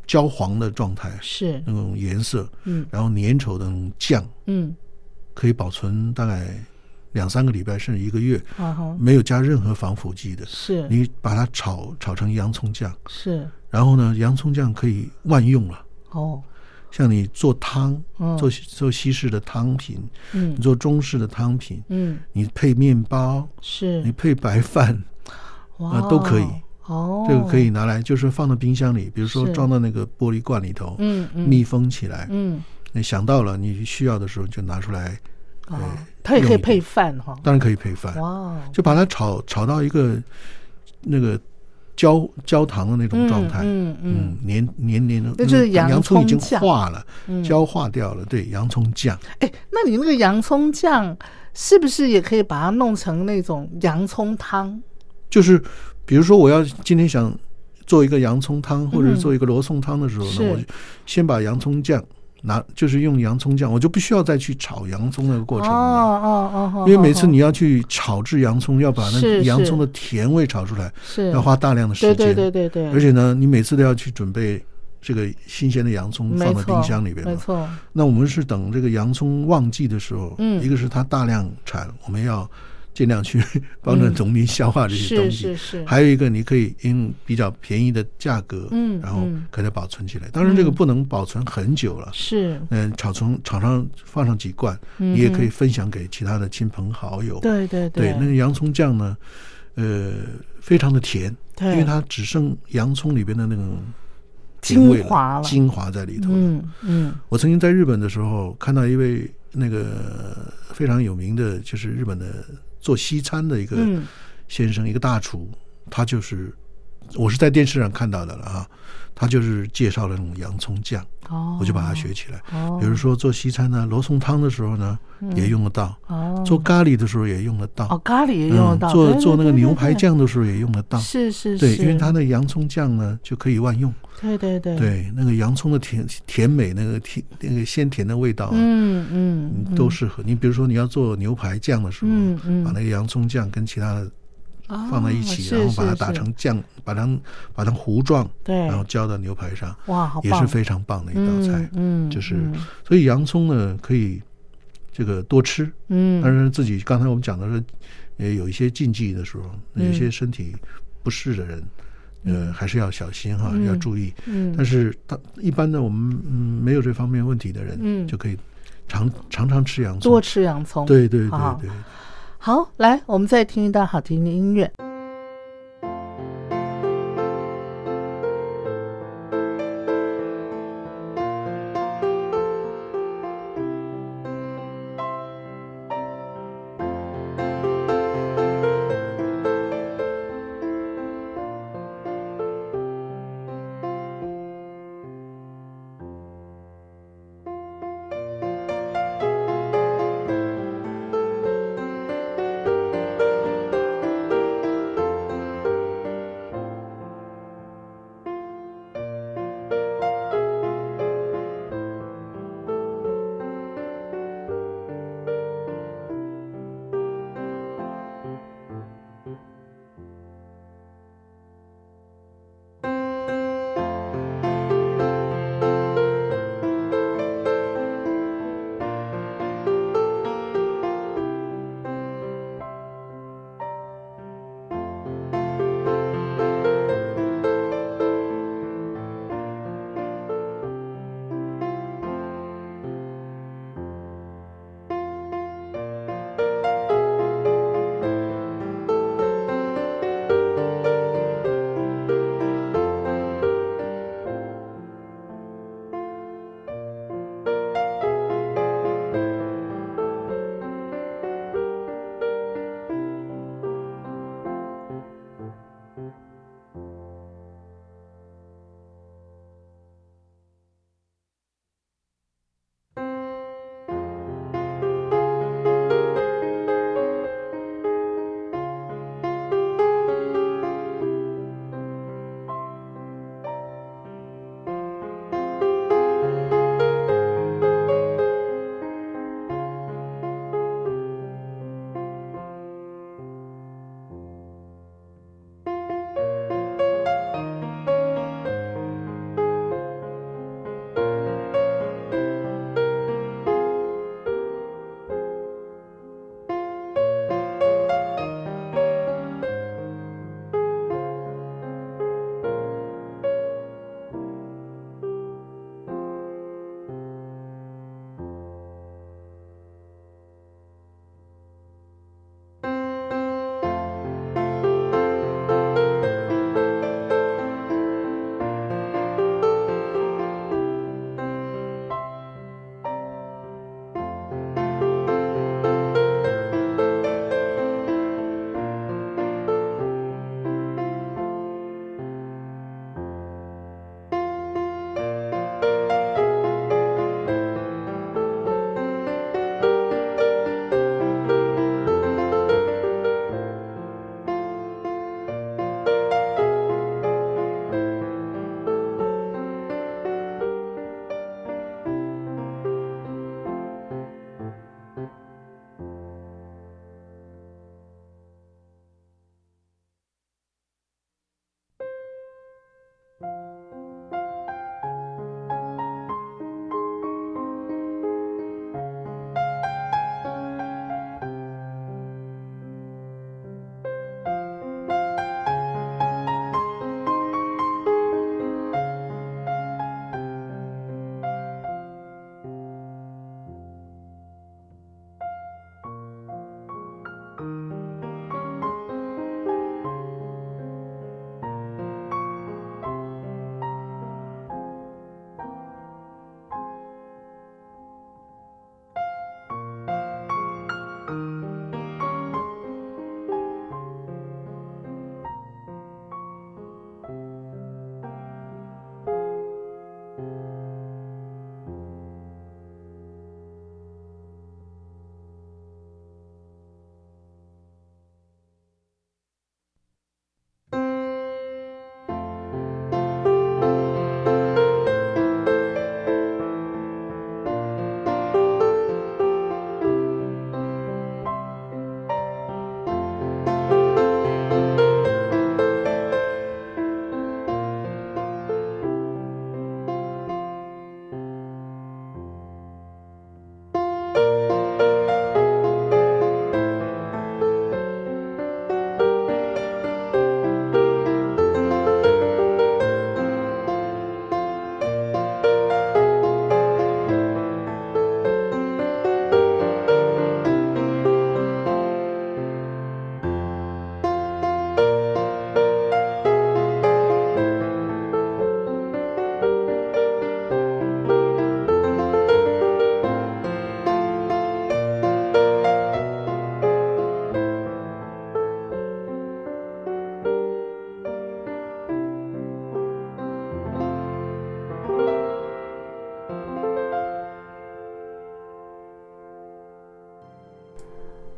S5: 焦黄的状态，
S2: 是
S5: 那种颜色，
S2: 嗯
S5: 然后粘稠的那种酱，
S2: 嗯
S5: 可以保存大概两三个礼拜甚至一个月，
S2: 好好
S5: 没有加任何防腐剂的，
S2: 是
S5: 你把它炒炒成洋葱酱，
S2: 是
S5: 然后呢，洋葱酱可以万用了。
S2: 哦
S5: 像你做汤
S2: 嗯，
S5: 做西做西式的汤品，
S2: 嗯
S5: 你做中式的汤品，
S2: 嗯
S5: 你配面包，你
S2: 是
S5: 配白饭，
S2: 哇
S5: 都可以
S2: 哦
S5: 这个可以拿来，就是放到冰箱里，比如说
S2: 是
S5: 装到那个玻璃罐里头，
S2: 嗯嗯
S5: 密封起来。
S2: 嗯
S5: 你想到了，你需要的时候就拿出来，
S2: 哦它也可
S5: 用
S2: 以
S5: 一
S2: 配
S5: 点
S2: 饭哈
S5: 当然可以配饭，
S2: 哇哦
S5: 就把它炒炒到一个那个焦焦糖的那种状态。
S2: 嗯嗯嗯
S5: 嗯，黏黏黏的，
S2: 那就是
S5: 嗯洋
S2: 洋
S5: 葱已经
S2: 葱酱嗯
S5: 化了，焦化掉了。对，洋葱酱，
S2: 哎，那你那个洋葱酱是不是也可以把它弄成那种洋葱汤？
S5: 就是比如说我要今天想做一个洋葱汤或者做一个罗宋汤的时候呢，
S2: 嗯是
S5: 我就先把洋葱酱拿，就是用洋葱酱，我就不需要再去炒洋葱那个过程了。
S2: 哦哦哦，
S5: 因为每次
S2: 哦
S5: 你要去炒制洋葱，要把那
S2: 是
S5: 个
S2: 是
S5: 洋葱的甜味炒出来，
S2: 是
S5: 要花大量的时
S2: 对
S5: 间。
S2: 对对对对，
S5: 而且呢，你每次都要去准备这个新鲜的洋葱
S2: 没
S5: 放到
S2: 错
S5: 冰箱里边
S2: 没
S5: 嘛。
S2: 错，
S5: 那我们是等这个洋葱旺季的时候，
S2: 嗯
S5: 一个是它大量产，我们要尽量去 帮助农民消化这些
S2: 嗯是
S5: 东西。
S2: 是是，
S5: 还有一个，你可以用比较便宜的价格，
S2: 嗯
S5: 然后
S2: 嗯
S5: 给它保存起来。当然，这个
S2: 嗯
S5: 不能保存很久了，
S2: 是，
S5: 嗯，炒成炒上放上几罐，
S2: 你
S5: 你也可以，分享给其他的亲朋好
S2: 嗯
S5: 友。
S2: 对对
S5: 对，那个洋葱酱呢，呃，非常的甜，
S2: 对，
S5: 因为它只剩洋葱里边的那种甜味
S2: 精华了，
S5: 精华在里头。
S2: 嗯嗯
S5: 我曾经在日本的时候看到一位那个非常有名的，就是日本的做西餐的一个
S2: 嗯，
S5: 先生，一个大厨，他就是我是在电视上看到的了啊，他就是介绍了那种洋葱酱，
S2: 哦，
S5: 我就把它学起来。
S2: 哦，嗯
S5: 比如说做西餐呢，罗宋汤的时候呢，也用得到；
S2: 哦
S5: 做咖喱的时候也用得
S2: 哦
S5: 到，
S2: 咖喱也用得
S5: 嗯，
S2: 到，
S5: 做
S2: 对
S5: 做那个牛排，
S2: 对对对
S5: 酱的时候也用得
S2: 对
S5: 到。
S2: 是是
S5: 对，
S2: 是，
S5: 因为它的洋葱酱呢就可以万用。
S2: 对对对，
S5: 对，那个洋葱的甜甜美，那个甜那个鲜甜的味道啊，
S2: 嗯嗯
S5: 嗯都适合。你比如说你要做牛排酱的时候，
S2: 嗯嗯
S5: 把那个洋葱酱跟其他的放在一起，
S2: 哦
S5: 然后把它
S2: 是是
S5: 打
S2: 是
S5: 成酱，把它把它糊状，
S2: 对
S5: 然，后浇到牛排上，
S2: 哇，好
S5: 也
S2: 棒
S5: 是非常棒的一道菜。
S2: 嗯，嗯
S5: 就是
S2: 嗯
S5: 所以洋葱呢可以这个多吃，
S2: 嗯，
S5: 但是自己刚才我们讲的是，也有一些禁忌的时候，
S2: 嗯
S5: 有一些身体不适的人，呃，还是要小心哈，
S2: 嗯
S5: 要注意。
S2: 嗯
S5: 但是大一般的我们嗯没有这方面问题的人，
S2: 嗯
S5: 就可以常常常吃洋葱，
S2: 多吃啊洋葱，
S5: 对对对
S2: 好
S5: 对。
S2: 好，来，我们再听一段好听的音乐。
S6: 啊，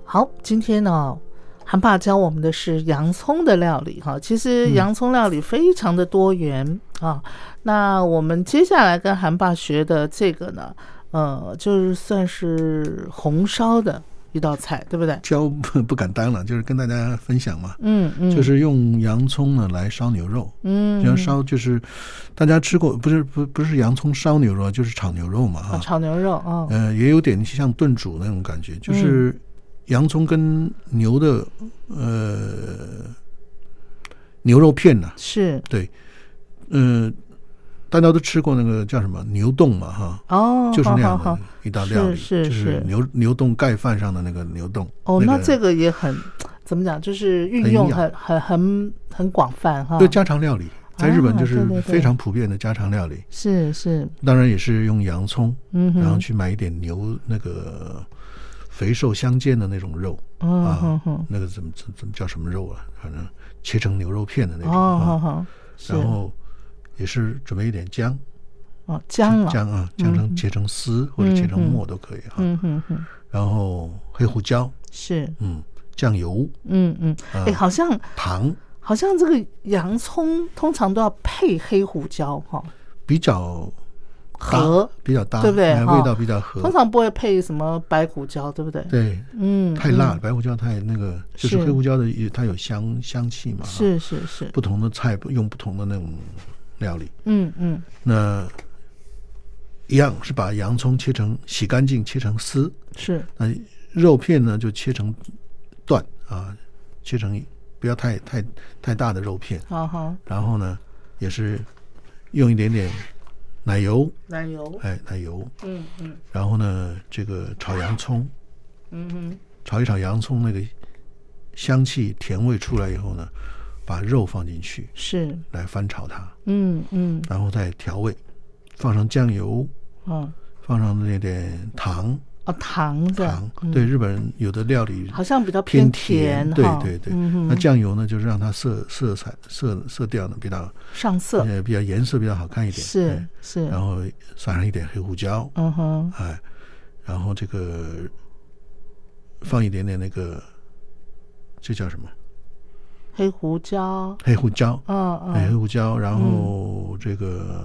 S2: 好，今天呢，韩爸教我们的是洋葱的料理哈。其
S5: 嗯
S2: 实洋葱料理非常的多元、啊。那我们接下来跟韩爸学的这个呢，呃，就是算是红烧的一道菜，对不对？
S5: 教不敢当了，就是跟大家分享嘛，
S2: 嗯嗯，
S5: 就是用洋葱呢来烧牛肉。
S2: 嗯，
S5: 像烧就是大家吃过，不是不不是洋葱烧牛肉，就是炒牛肉嘛
S2: 啊，
S5: 哈。
S2: 炒牛肉啊，
S5: 呃，也有点像炖煮那种感觉，
S2: 嗯
S5: 就是洋葱跟牛的呃牛肉片呐、
S2: 是
S5: 对，呃，大家都吃过那个叫什么牛冻嘛哈。
S2: 哦，
S5: 就是那
S2: 好
S5: 样
S2: 好好
S5: 的一道料理，
S2: 是是
S5: 就是
S2: 是
S5: 牛牛冻盖饭上的那个牛冻。
S2: 哦，那这
S5: 个
S2: 个也很怎么讲，就是运
S5: 很
S2: 用
S5: 养
S2: 很很很很广泛哈。
S5: 对家常料理，在日本
S2: 啊
S5: 就是
S2: 对对对
S5: 非常普遍的家常料理。
S2: 是是，
S5: 当然也是用洋葱，
S2: 嗯哼，
S5: 然后去买一点牛那个肥瘦相间的那种肉，
S2: 嗯
S5: 啊
S2: 哼哼，
S5: 那个怎么怎么怎么叫什么肉啊？反正切成牛肉片的那种
S2: 哦，好
S5: 啊。
S2: 好，是
S5: 然后也是准备一点姜，
S2: 哦，姜了，
S5: 姜啊，姜成切成丝或者切成末都可以哈。
S2: 嗯哼哼，
S5: 然后黑胡椒，
S2: 是，
S5: 嗯，酱油，
S2: 嗯嗯，
S5: 啊
S2: 哎，好像
S5: 糖，
S2: 好像这个洋葱通常都要配黑胡椒哈，
S5: 比较搭
S2: 和
S5: 比较搭，
S2: 对不对
S5: 哎
S2: 哈
S5: 味道比较合
S2: 通。常不会配什么白胡椒，对不对？
S5: 对，
S2: 嗯，
S5: 太
S2: 嗯
S5: 辣，了，白胡椒太那个，就是
S2: 是
S5: 黑胡椒的，它有香香气嘛。哈
S2: 是是是，
S5: 不同的菜用不同的那种料理。
S2: 嗯嗯，
S5: 那一样是把洋葱切成洗干净，切成丝。
S2: 是，
S5: 那肉片呢就切成段啊，切成不要太太太大的肉片。
S2: 好好，
S5: 然后呢，也是用一点点奶油，
S2: 奶油，
S5: 哎，奶油。
S2: 嗯嗯
S5: 然后呢，这个炒洋葱，
S2: 嗯哼，
S5: 炒一炒洋葱那个香气甜味出来以后呢，把肉放进去
S2: 是，
S5: 来翻炒它。
S2: 嗯嗯
S5: 然后再调味，放上酱油，
S2: 嗯，
S5: 放上那点糖，
S2: 哦，糖的，
S5: 糖。
S2: 嗯
S5: 对，日本人有的料理
S2: 好像比较
S5: 偏
S2: 甜，
S5: 对
S2: 哈
S5: 对对。
S2: 嗯哼
S5: 那酱油呢，就是让它色色彩色色调呢比较
S2: 上色
S5: 呃比较颜色比较好看一点，
S2: 是
S5: 哎
S2: 是，
S5: 然后撒上一点黑胡椒，
S2: 嗯哼，
S5: 哎，然后这个放一点点那个，这叫什么？
S2: 黑胡椒，
S5: 黑胡椒，
S2: 嗯
S5: 哎黑
S2: 嗯，
S5: 胡椒，然后这个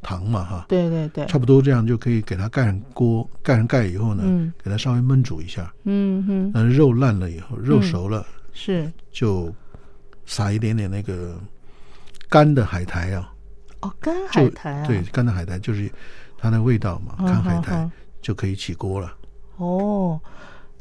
S5: 糖嘛，哈，
S2: 对对对，
S5: 差不多这样就可以给它盖上锅，盖上盖以后呢，
S2: 嗯
S5: 给它稍微焖煮一下。
S2: 嗯哼，
S5: 那肉烂了以
S2: 嗯
S5: 后，肉熟了、
S2: 是
S5: 就撒一点点那个干的海苔啊，
S2: 哦，干海
S5: 就
S2: 苔啊，
S5: 对，干的海苔就是它的味道嘛，
S2: 嗯，
S5: 干海
S2: 好
S5: 苔
S2: 好
S5: 就可以起锅了，
S2: 哦，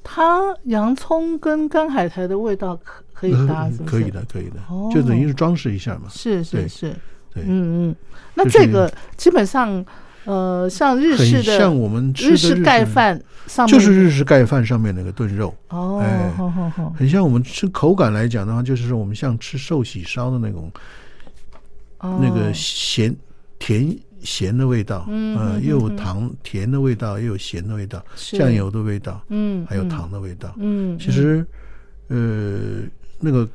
S2: 它洋葱跟干海苔的味道可可以 搭，是不是？
S5: 嗯可以，的，可以的，
S2: 哦
S5: 就等于是装饰一下嘛。
S2: 是是
S5: 对
S2: 是，
S5: 对，
S2: 嗯嗯，那
S5: 就是
S2: 这个基本上，呃，像日式
S5: 很像
S2: 的
S5: 我们吃的
S2: 日式盖，饭上面
S5: 就是日式盖饭上面那个炖肉，
S2: 哦
S5: 哎，
S2: 好好好，
S5: 很像我们吃口感来讲的话，就是说我们像吃寿喜烧的那种。
S2: 哦
S5: 那个咸甜咸的味道，
S2: 嗯
S5: 呃
S2: 嗯
S5: 又有
S2: 嗯嗯
S5: 糖甜的味道，又有咸的味道，
S2: 是
S5: 酱，油的味道，
S2: 嗯，
S5: 还有
S2: 嗯，
S5: 糖的味道。
S2: 嗯，
S5: 其实，呃，那个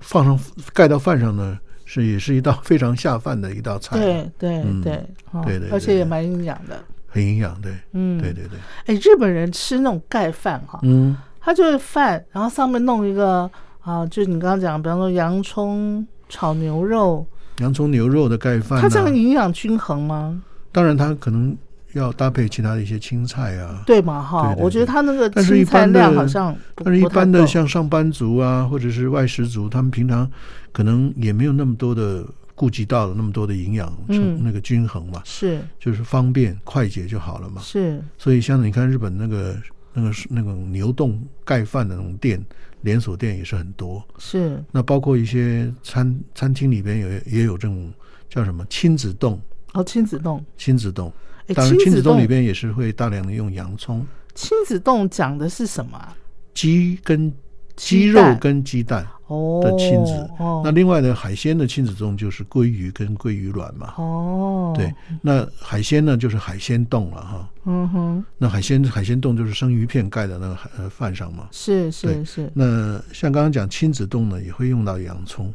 S5: 放上盖到饭上呢，是也是一道 非常下饭的一道菜，
S2: 对对
S5: 嗯
S2: 对，哦
S5: 对对
S2: 而且也
S5: 对
S2: 蛮营养的。
S5: 很营养，对，
S2: 嗯，
S5: 对。对对，
S2: 哎，日本人吃那种盖饭哈，
S5: 嗯，
S2: 他就是饭，然后上面弄一个啊，就是你刚刚讲，比方说洋葱炒牛肉，
S5: 洋葱牛肉的盖饭、
S2: 它
S5: 呢，
S2: 这样营养均衡吗？
S5: 当然它可能要搭配其他的一些青菜啊，
S2: 对嘛哈
S5: 对，对
S2: 我觉得
S5: 对
S2: 他那个
S5: 但是
S2: 青
S5: 一
S2: 菜
S5: 般
S2: 量
S5: 的
S2: 好像不
S5: 但是，一
S2: 不太
S5: 般的
S2: 够
S5: 像上班族啊，或者是外食族，他们平常可能也没有那么多的顾及到那么多的营养成
S2: 嗯
S5: 那个均衡嘛，
S2: 是
S5: 就是方便快捷就好了嘛。
S2: 是
S5: 所以像你看日本那个那个那种牛冻盖饭的那种店，连锁店也是很多。
S2: 是
S5: 那包括一些餐餐厅里边有也有这种叫什么亲子冻，
S2: 哦，亲子冻，
S5: 亲子冻。
S2: 哎，
S5: 当然，亲
S2: 亲
S5: 子冻
S2: 冻
S5: 里，边也是会大量的用洋葱、
S2: 亲子冻讲的是什么啊？
S5: 鸡跟
S2: 鸡
S5: 鸡肉
S2: 蛋
S5: 跟鸡蛋。
S2: 哦
S5: 的亲子
S2: 哦
S5: 那另外呢，海鲜的亲子冻就是鲑鱼跟鲑鱼卵嘛。
S2: 哦，
S5: 对，，那海鲜呢就是海鲜冻了哈。
S2: 嗯哼，
S5: 那海鲜海鲜冻就是生鱼片盖的那个海呃饭上嘛。
S2: 是是
S5: 对
S2: 是，
S5: 那像刚刚讲亲子冻呢，也会用到洋葱。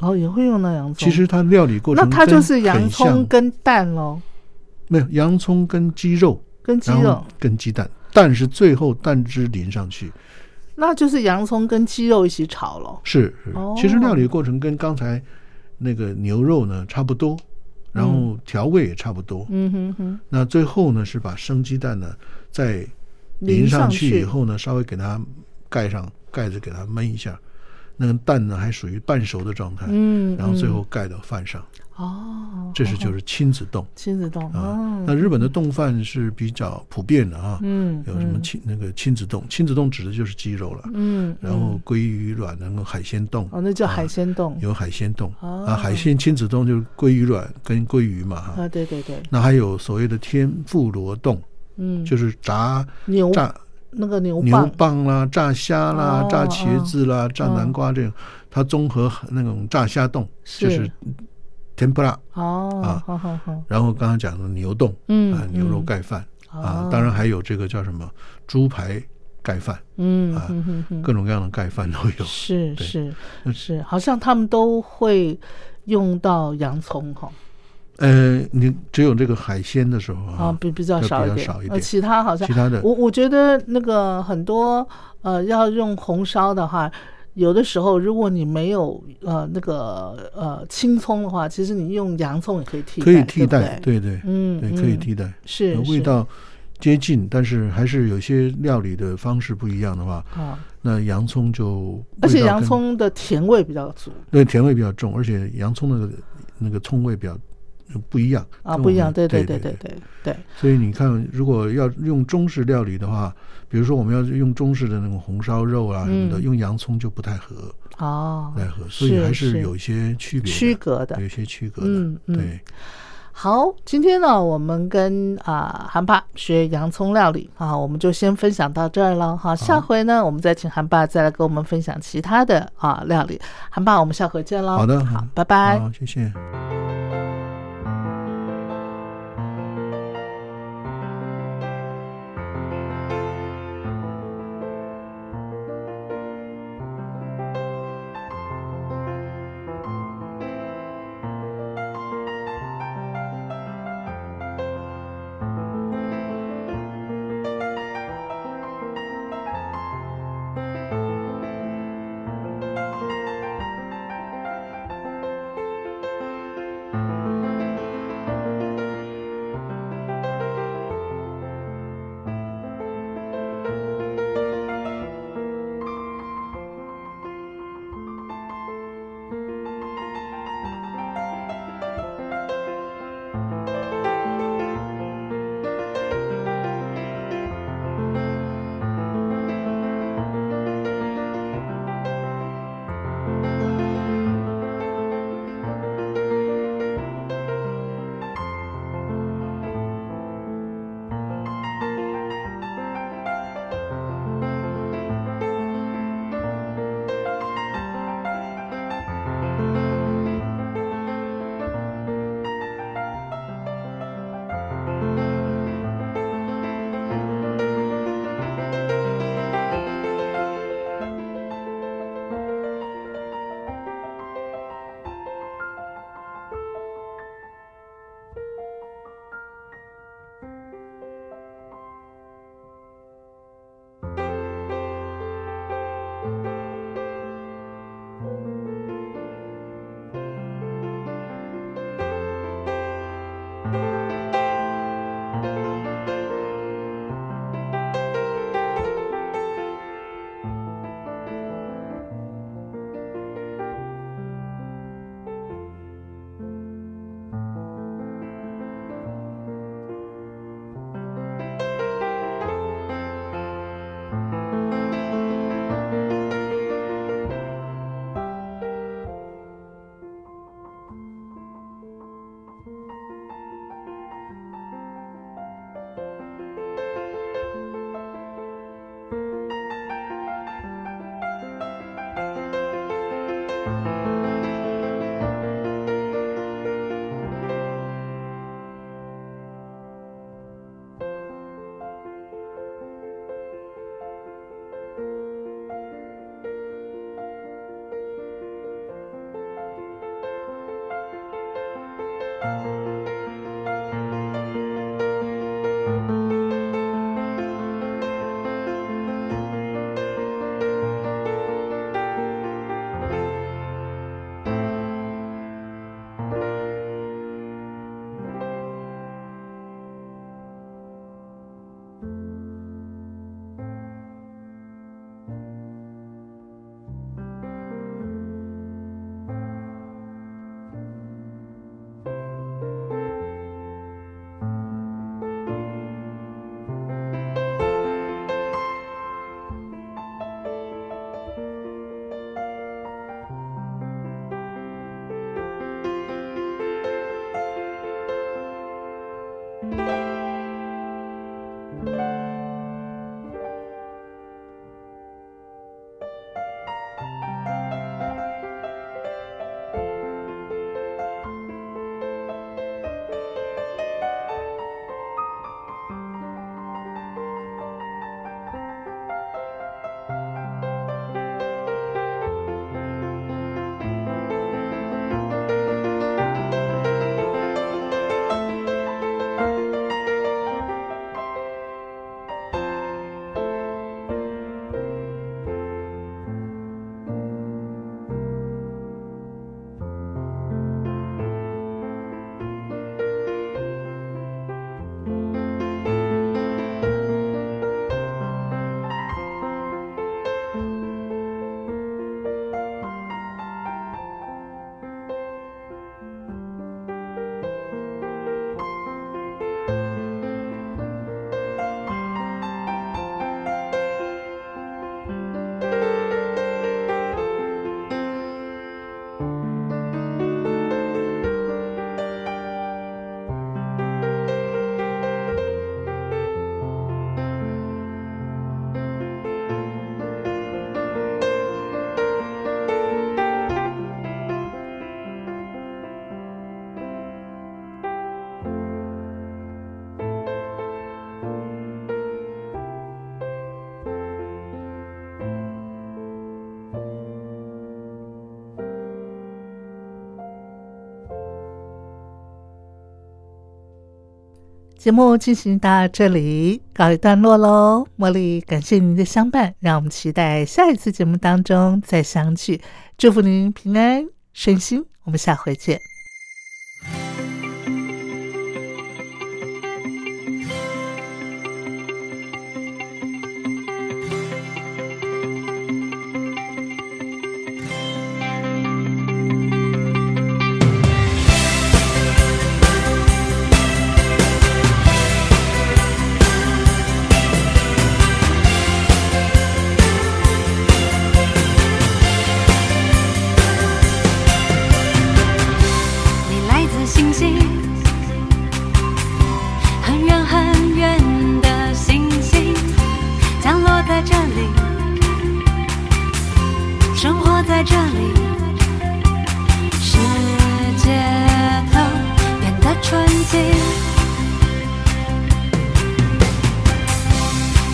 S2: 哦，也会用到洋葱，
S5: 其实它料理过
S2: 那
S5: 程
S2: 它就
S5: 跟
S2: 是洋
S5: 很
S2: 葱
S5: 像
S2: 跟蛋喽，
S5: 没有洋葱跟鸡肉，
S2: 跟鸡
S5: 然
S2: 肉
S5: 后，跟鸡蛋，蛋是最后蛋汁淋上去，
S2: 那就是洋葱跟鸡肉一起炒咯。
S5: 是，是
S2: 哦
S5: 其实料理的过程跟刚才那个牛肉呢差不多，然后调味也差不多。
S2: 嗯哼哼，
S5: 那最后呢是把生鸡蛋呢再
S2: 淋
S5: 淋
S2: 上
S5: 上
S2: 去
S5: 去以后呢，稍微给它盖上盖子，给它焖一下。那个蛋呢还属于半熟的状态，
S2: 嗯，
S5: 然后最
S2: 嗯
S5: 后盖到饭上，
S2: 哦，
S5: 这是就是亲子冻
S2: 亲子冻
S5: 啊
S2: 哦。
S5: 那日本的冻饭是比较普遍的啊，
S2: 嗯，
S5: 有什么亲那个亲子冻，亲子冻指的就是鸡肉了，
S2: 嗯，嗯，
S5: 然后鲑鱼卵，然后海鲜冻，
S2: 哦，那叫海鲜冻
S5: 啊有海鲜冻
S2: 哦
S5: 啊，海鲜亲子冻就是鲑鱼卵跟鲑鱼嘛哈。
S2: 啊，对对对，
S5: 那还有所谓的天妇罗冻，
S2: 嗯，
S5: 就是炸
S2: 牛
S5: 炸
S2: 那个牛
S5: 牛
S2: 蒡，
S5: 蒡啦、炸虾啦
S2: 哦、嗯
S5: 炸茄子啦、炸南瓜这种，它综合那种炸虾冻，
S2: 是
S5: 就是天ぷら，
S2: 哦
S5: 啊，
S2: 好好好，
S5: 然后刚刚讲的牛冻
S2: 嗯
S5: 啊，牛肉盖饭啊
S2: 哦，
S5: 当然还有这个叫什么猪排盖饭，
S2: 嗯
S5: 啊
S2: 嗯嗯嗯，
S5: 各种各样的盖饭都有。
S2: 是
S5: 对嗯
S2: 是
S5: 那
S2: 是，好像他们都会用到洋葱哈，
S5: 呃，你只有这个海鲜的时候
S2: 啊，
S5: 啊，
S2: 比比较
S5: 就比
S2: 少一
S5: 较
S2: 点
S5: 少一，
S2: 呃，
S5: 点
S2: 其他好像
S5: 其他的
S2: 我我觉得那个很多呃，要用红烧的话，有的时候如果你没有呃那个呃青葱的话，其实你用洋葱也可以替代，
S5: 可以替
S2: 对
S5: 代，
S2: 不对，
S5: 对对
S2: 嗯，
S5: 对，可以
S2: 嗯
S5: 替代。
S2: 是
S5: 味道接近，但是还是有些料理的方式不一样的话，
S2: 啊，好
S5: 那洋葱就
S2: 而且
S5: 味道
S2: 洋
S5: 跟
S2: 葱的甜味比较足
S5: 对甜味比较重，而且洋葱的那个葱味比较不一样
S2: 啊，
S5: 跟
S2: 不一
S5: 我
S2: 样，
S5: 们
S2: 对
S5: 对
S2: 对对
S5: 对。
S2: 对对，
S5: 所以你看，如果要用中式料理的话，比如说我们要用中式的那种红烧肉啊什么的，
S2: 嗯
S5: 用洋葱就不太合，
S2: 哦
S5: 不，太合，所以还
S2: 是
S5: 是有一些区别的，
S2: 区隔的
S5: 有。一些区隔的。
S2: 嗯嗯
S5: 对，
S2: 好，今天呢，我们跟啊韩爸学洋葱料理啊，我们就先分享到这儿了哈。下回呢，我们再请韩爸再来跟我们分享其他的啊料理。韩爸，我们下回见喽。
S5: 好的好
S2: 好，拜拜。
S5: 好，谢谢。
S2: 节目进行到这里告一段落喽。茉莉，感谢您的相伴，让我们期待下一次节目当中再相聚。祝福您平安顺心，我们下回见。
S6: 你来自星星，很远很远的星星，降落在这里，生活在这里，世界都变得纯净。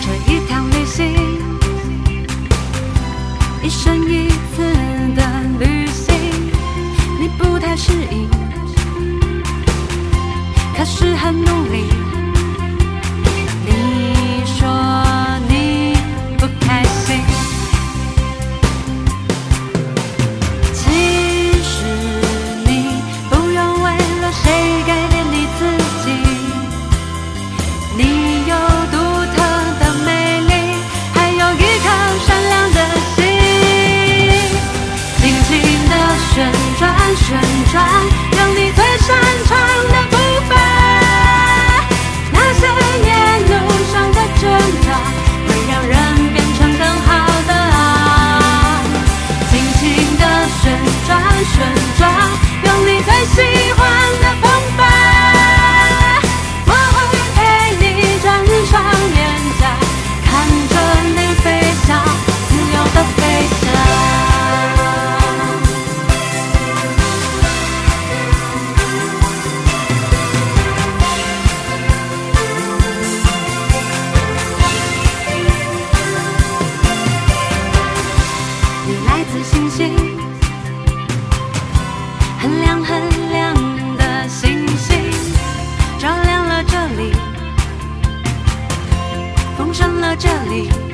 S6: 这一趟旅行，一生一次的旅行。你不太适应，可是很努力。你说你不开心，其实你不用为了谁改变你自己。你有独特的美丽，还有一颗善良的心。轻轻地旋转，旋转，让你最擅长的部分。那些沿路上的挣扎，会让人变成更好的啊。轻轻地旋转，旋转，用你最喜欢的风范。我会陪你站上脸颊，看着你飞翔，自由的飞翔。你来自星星，很亮很亮的星星，照亮了这里，丰盛了这里。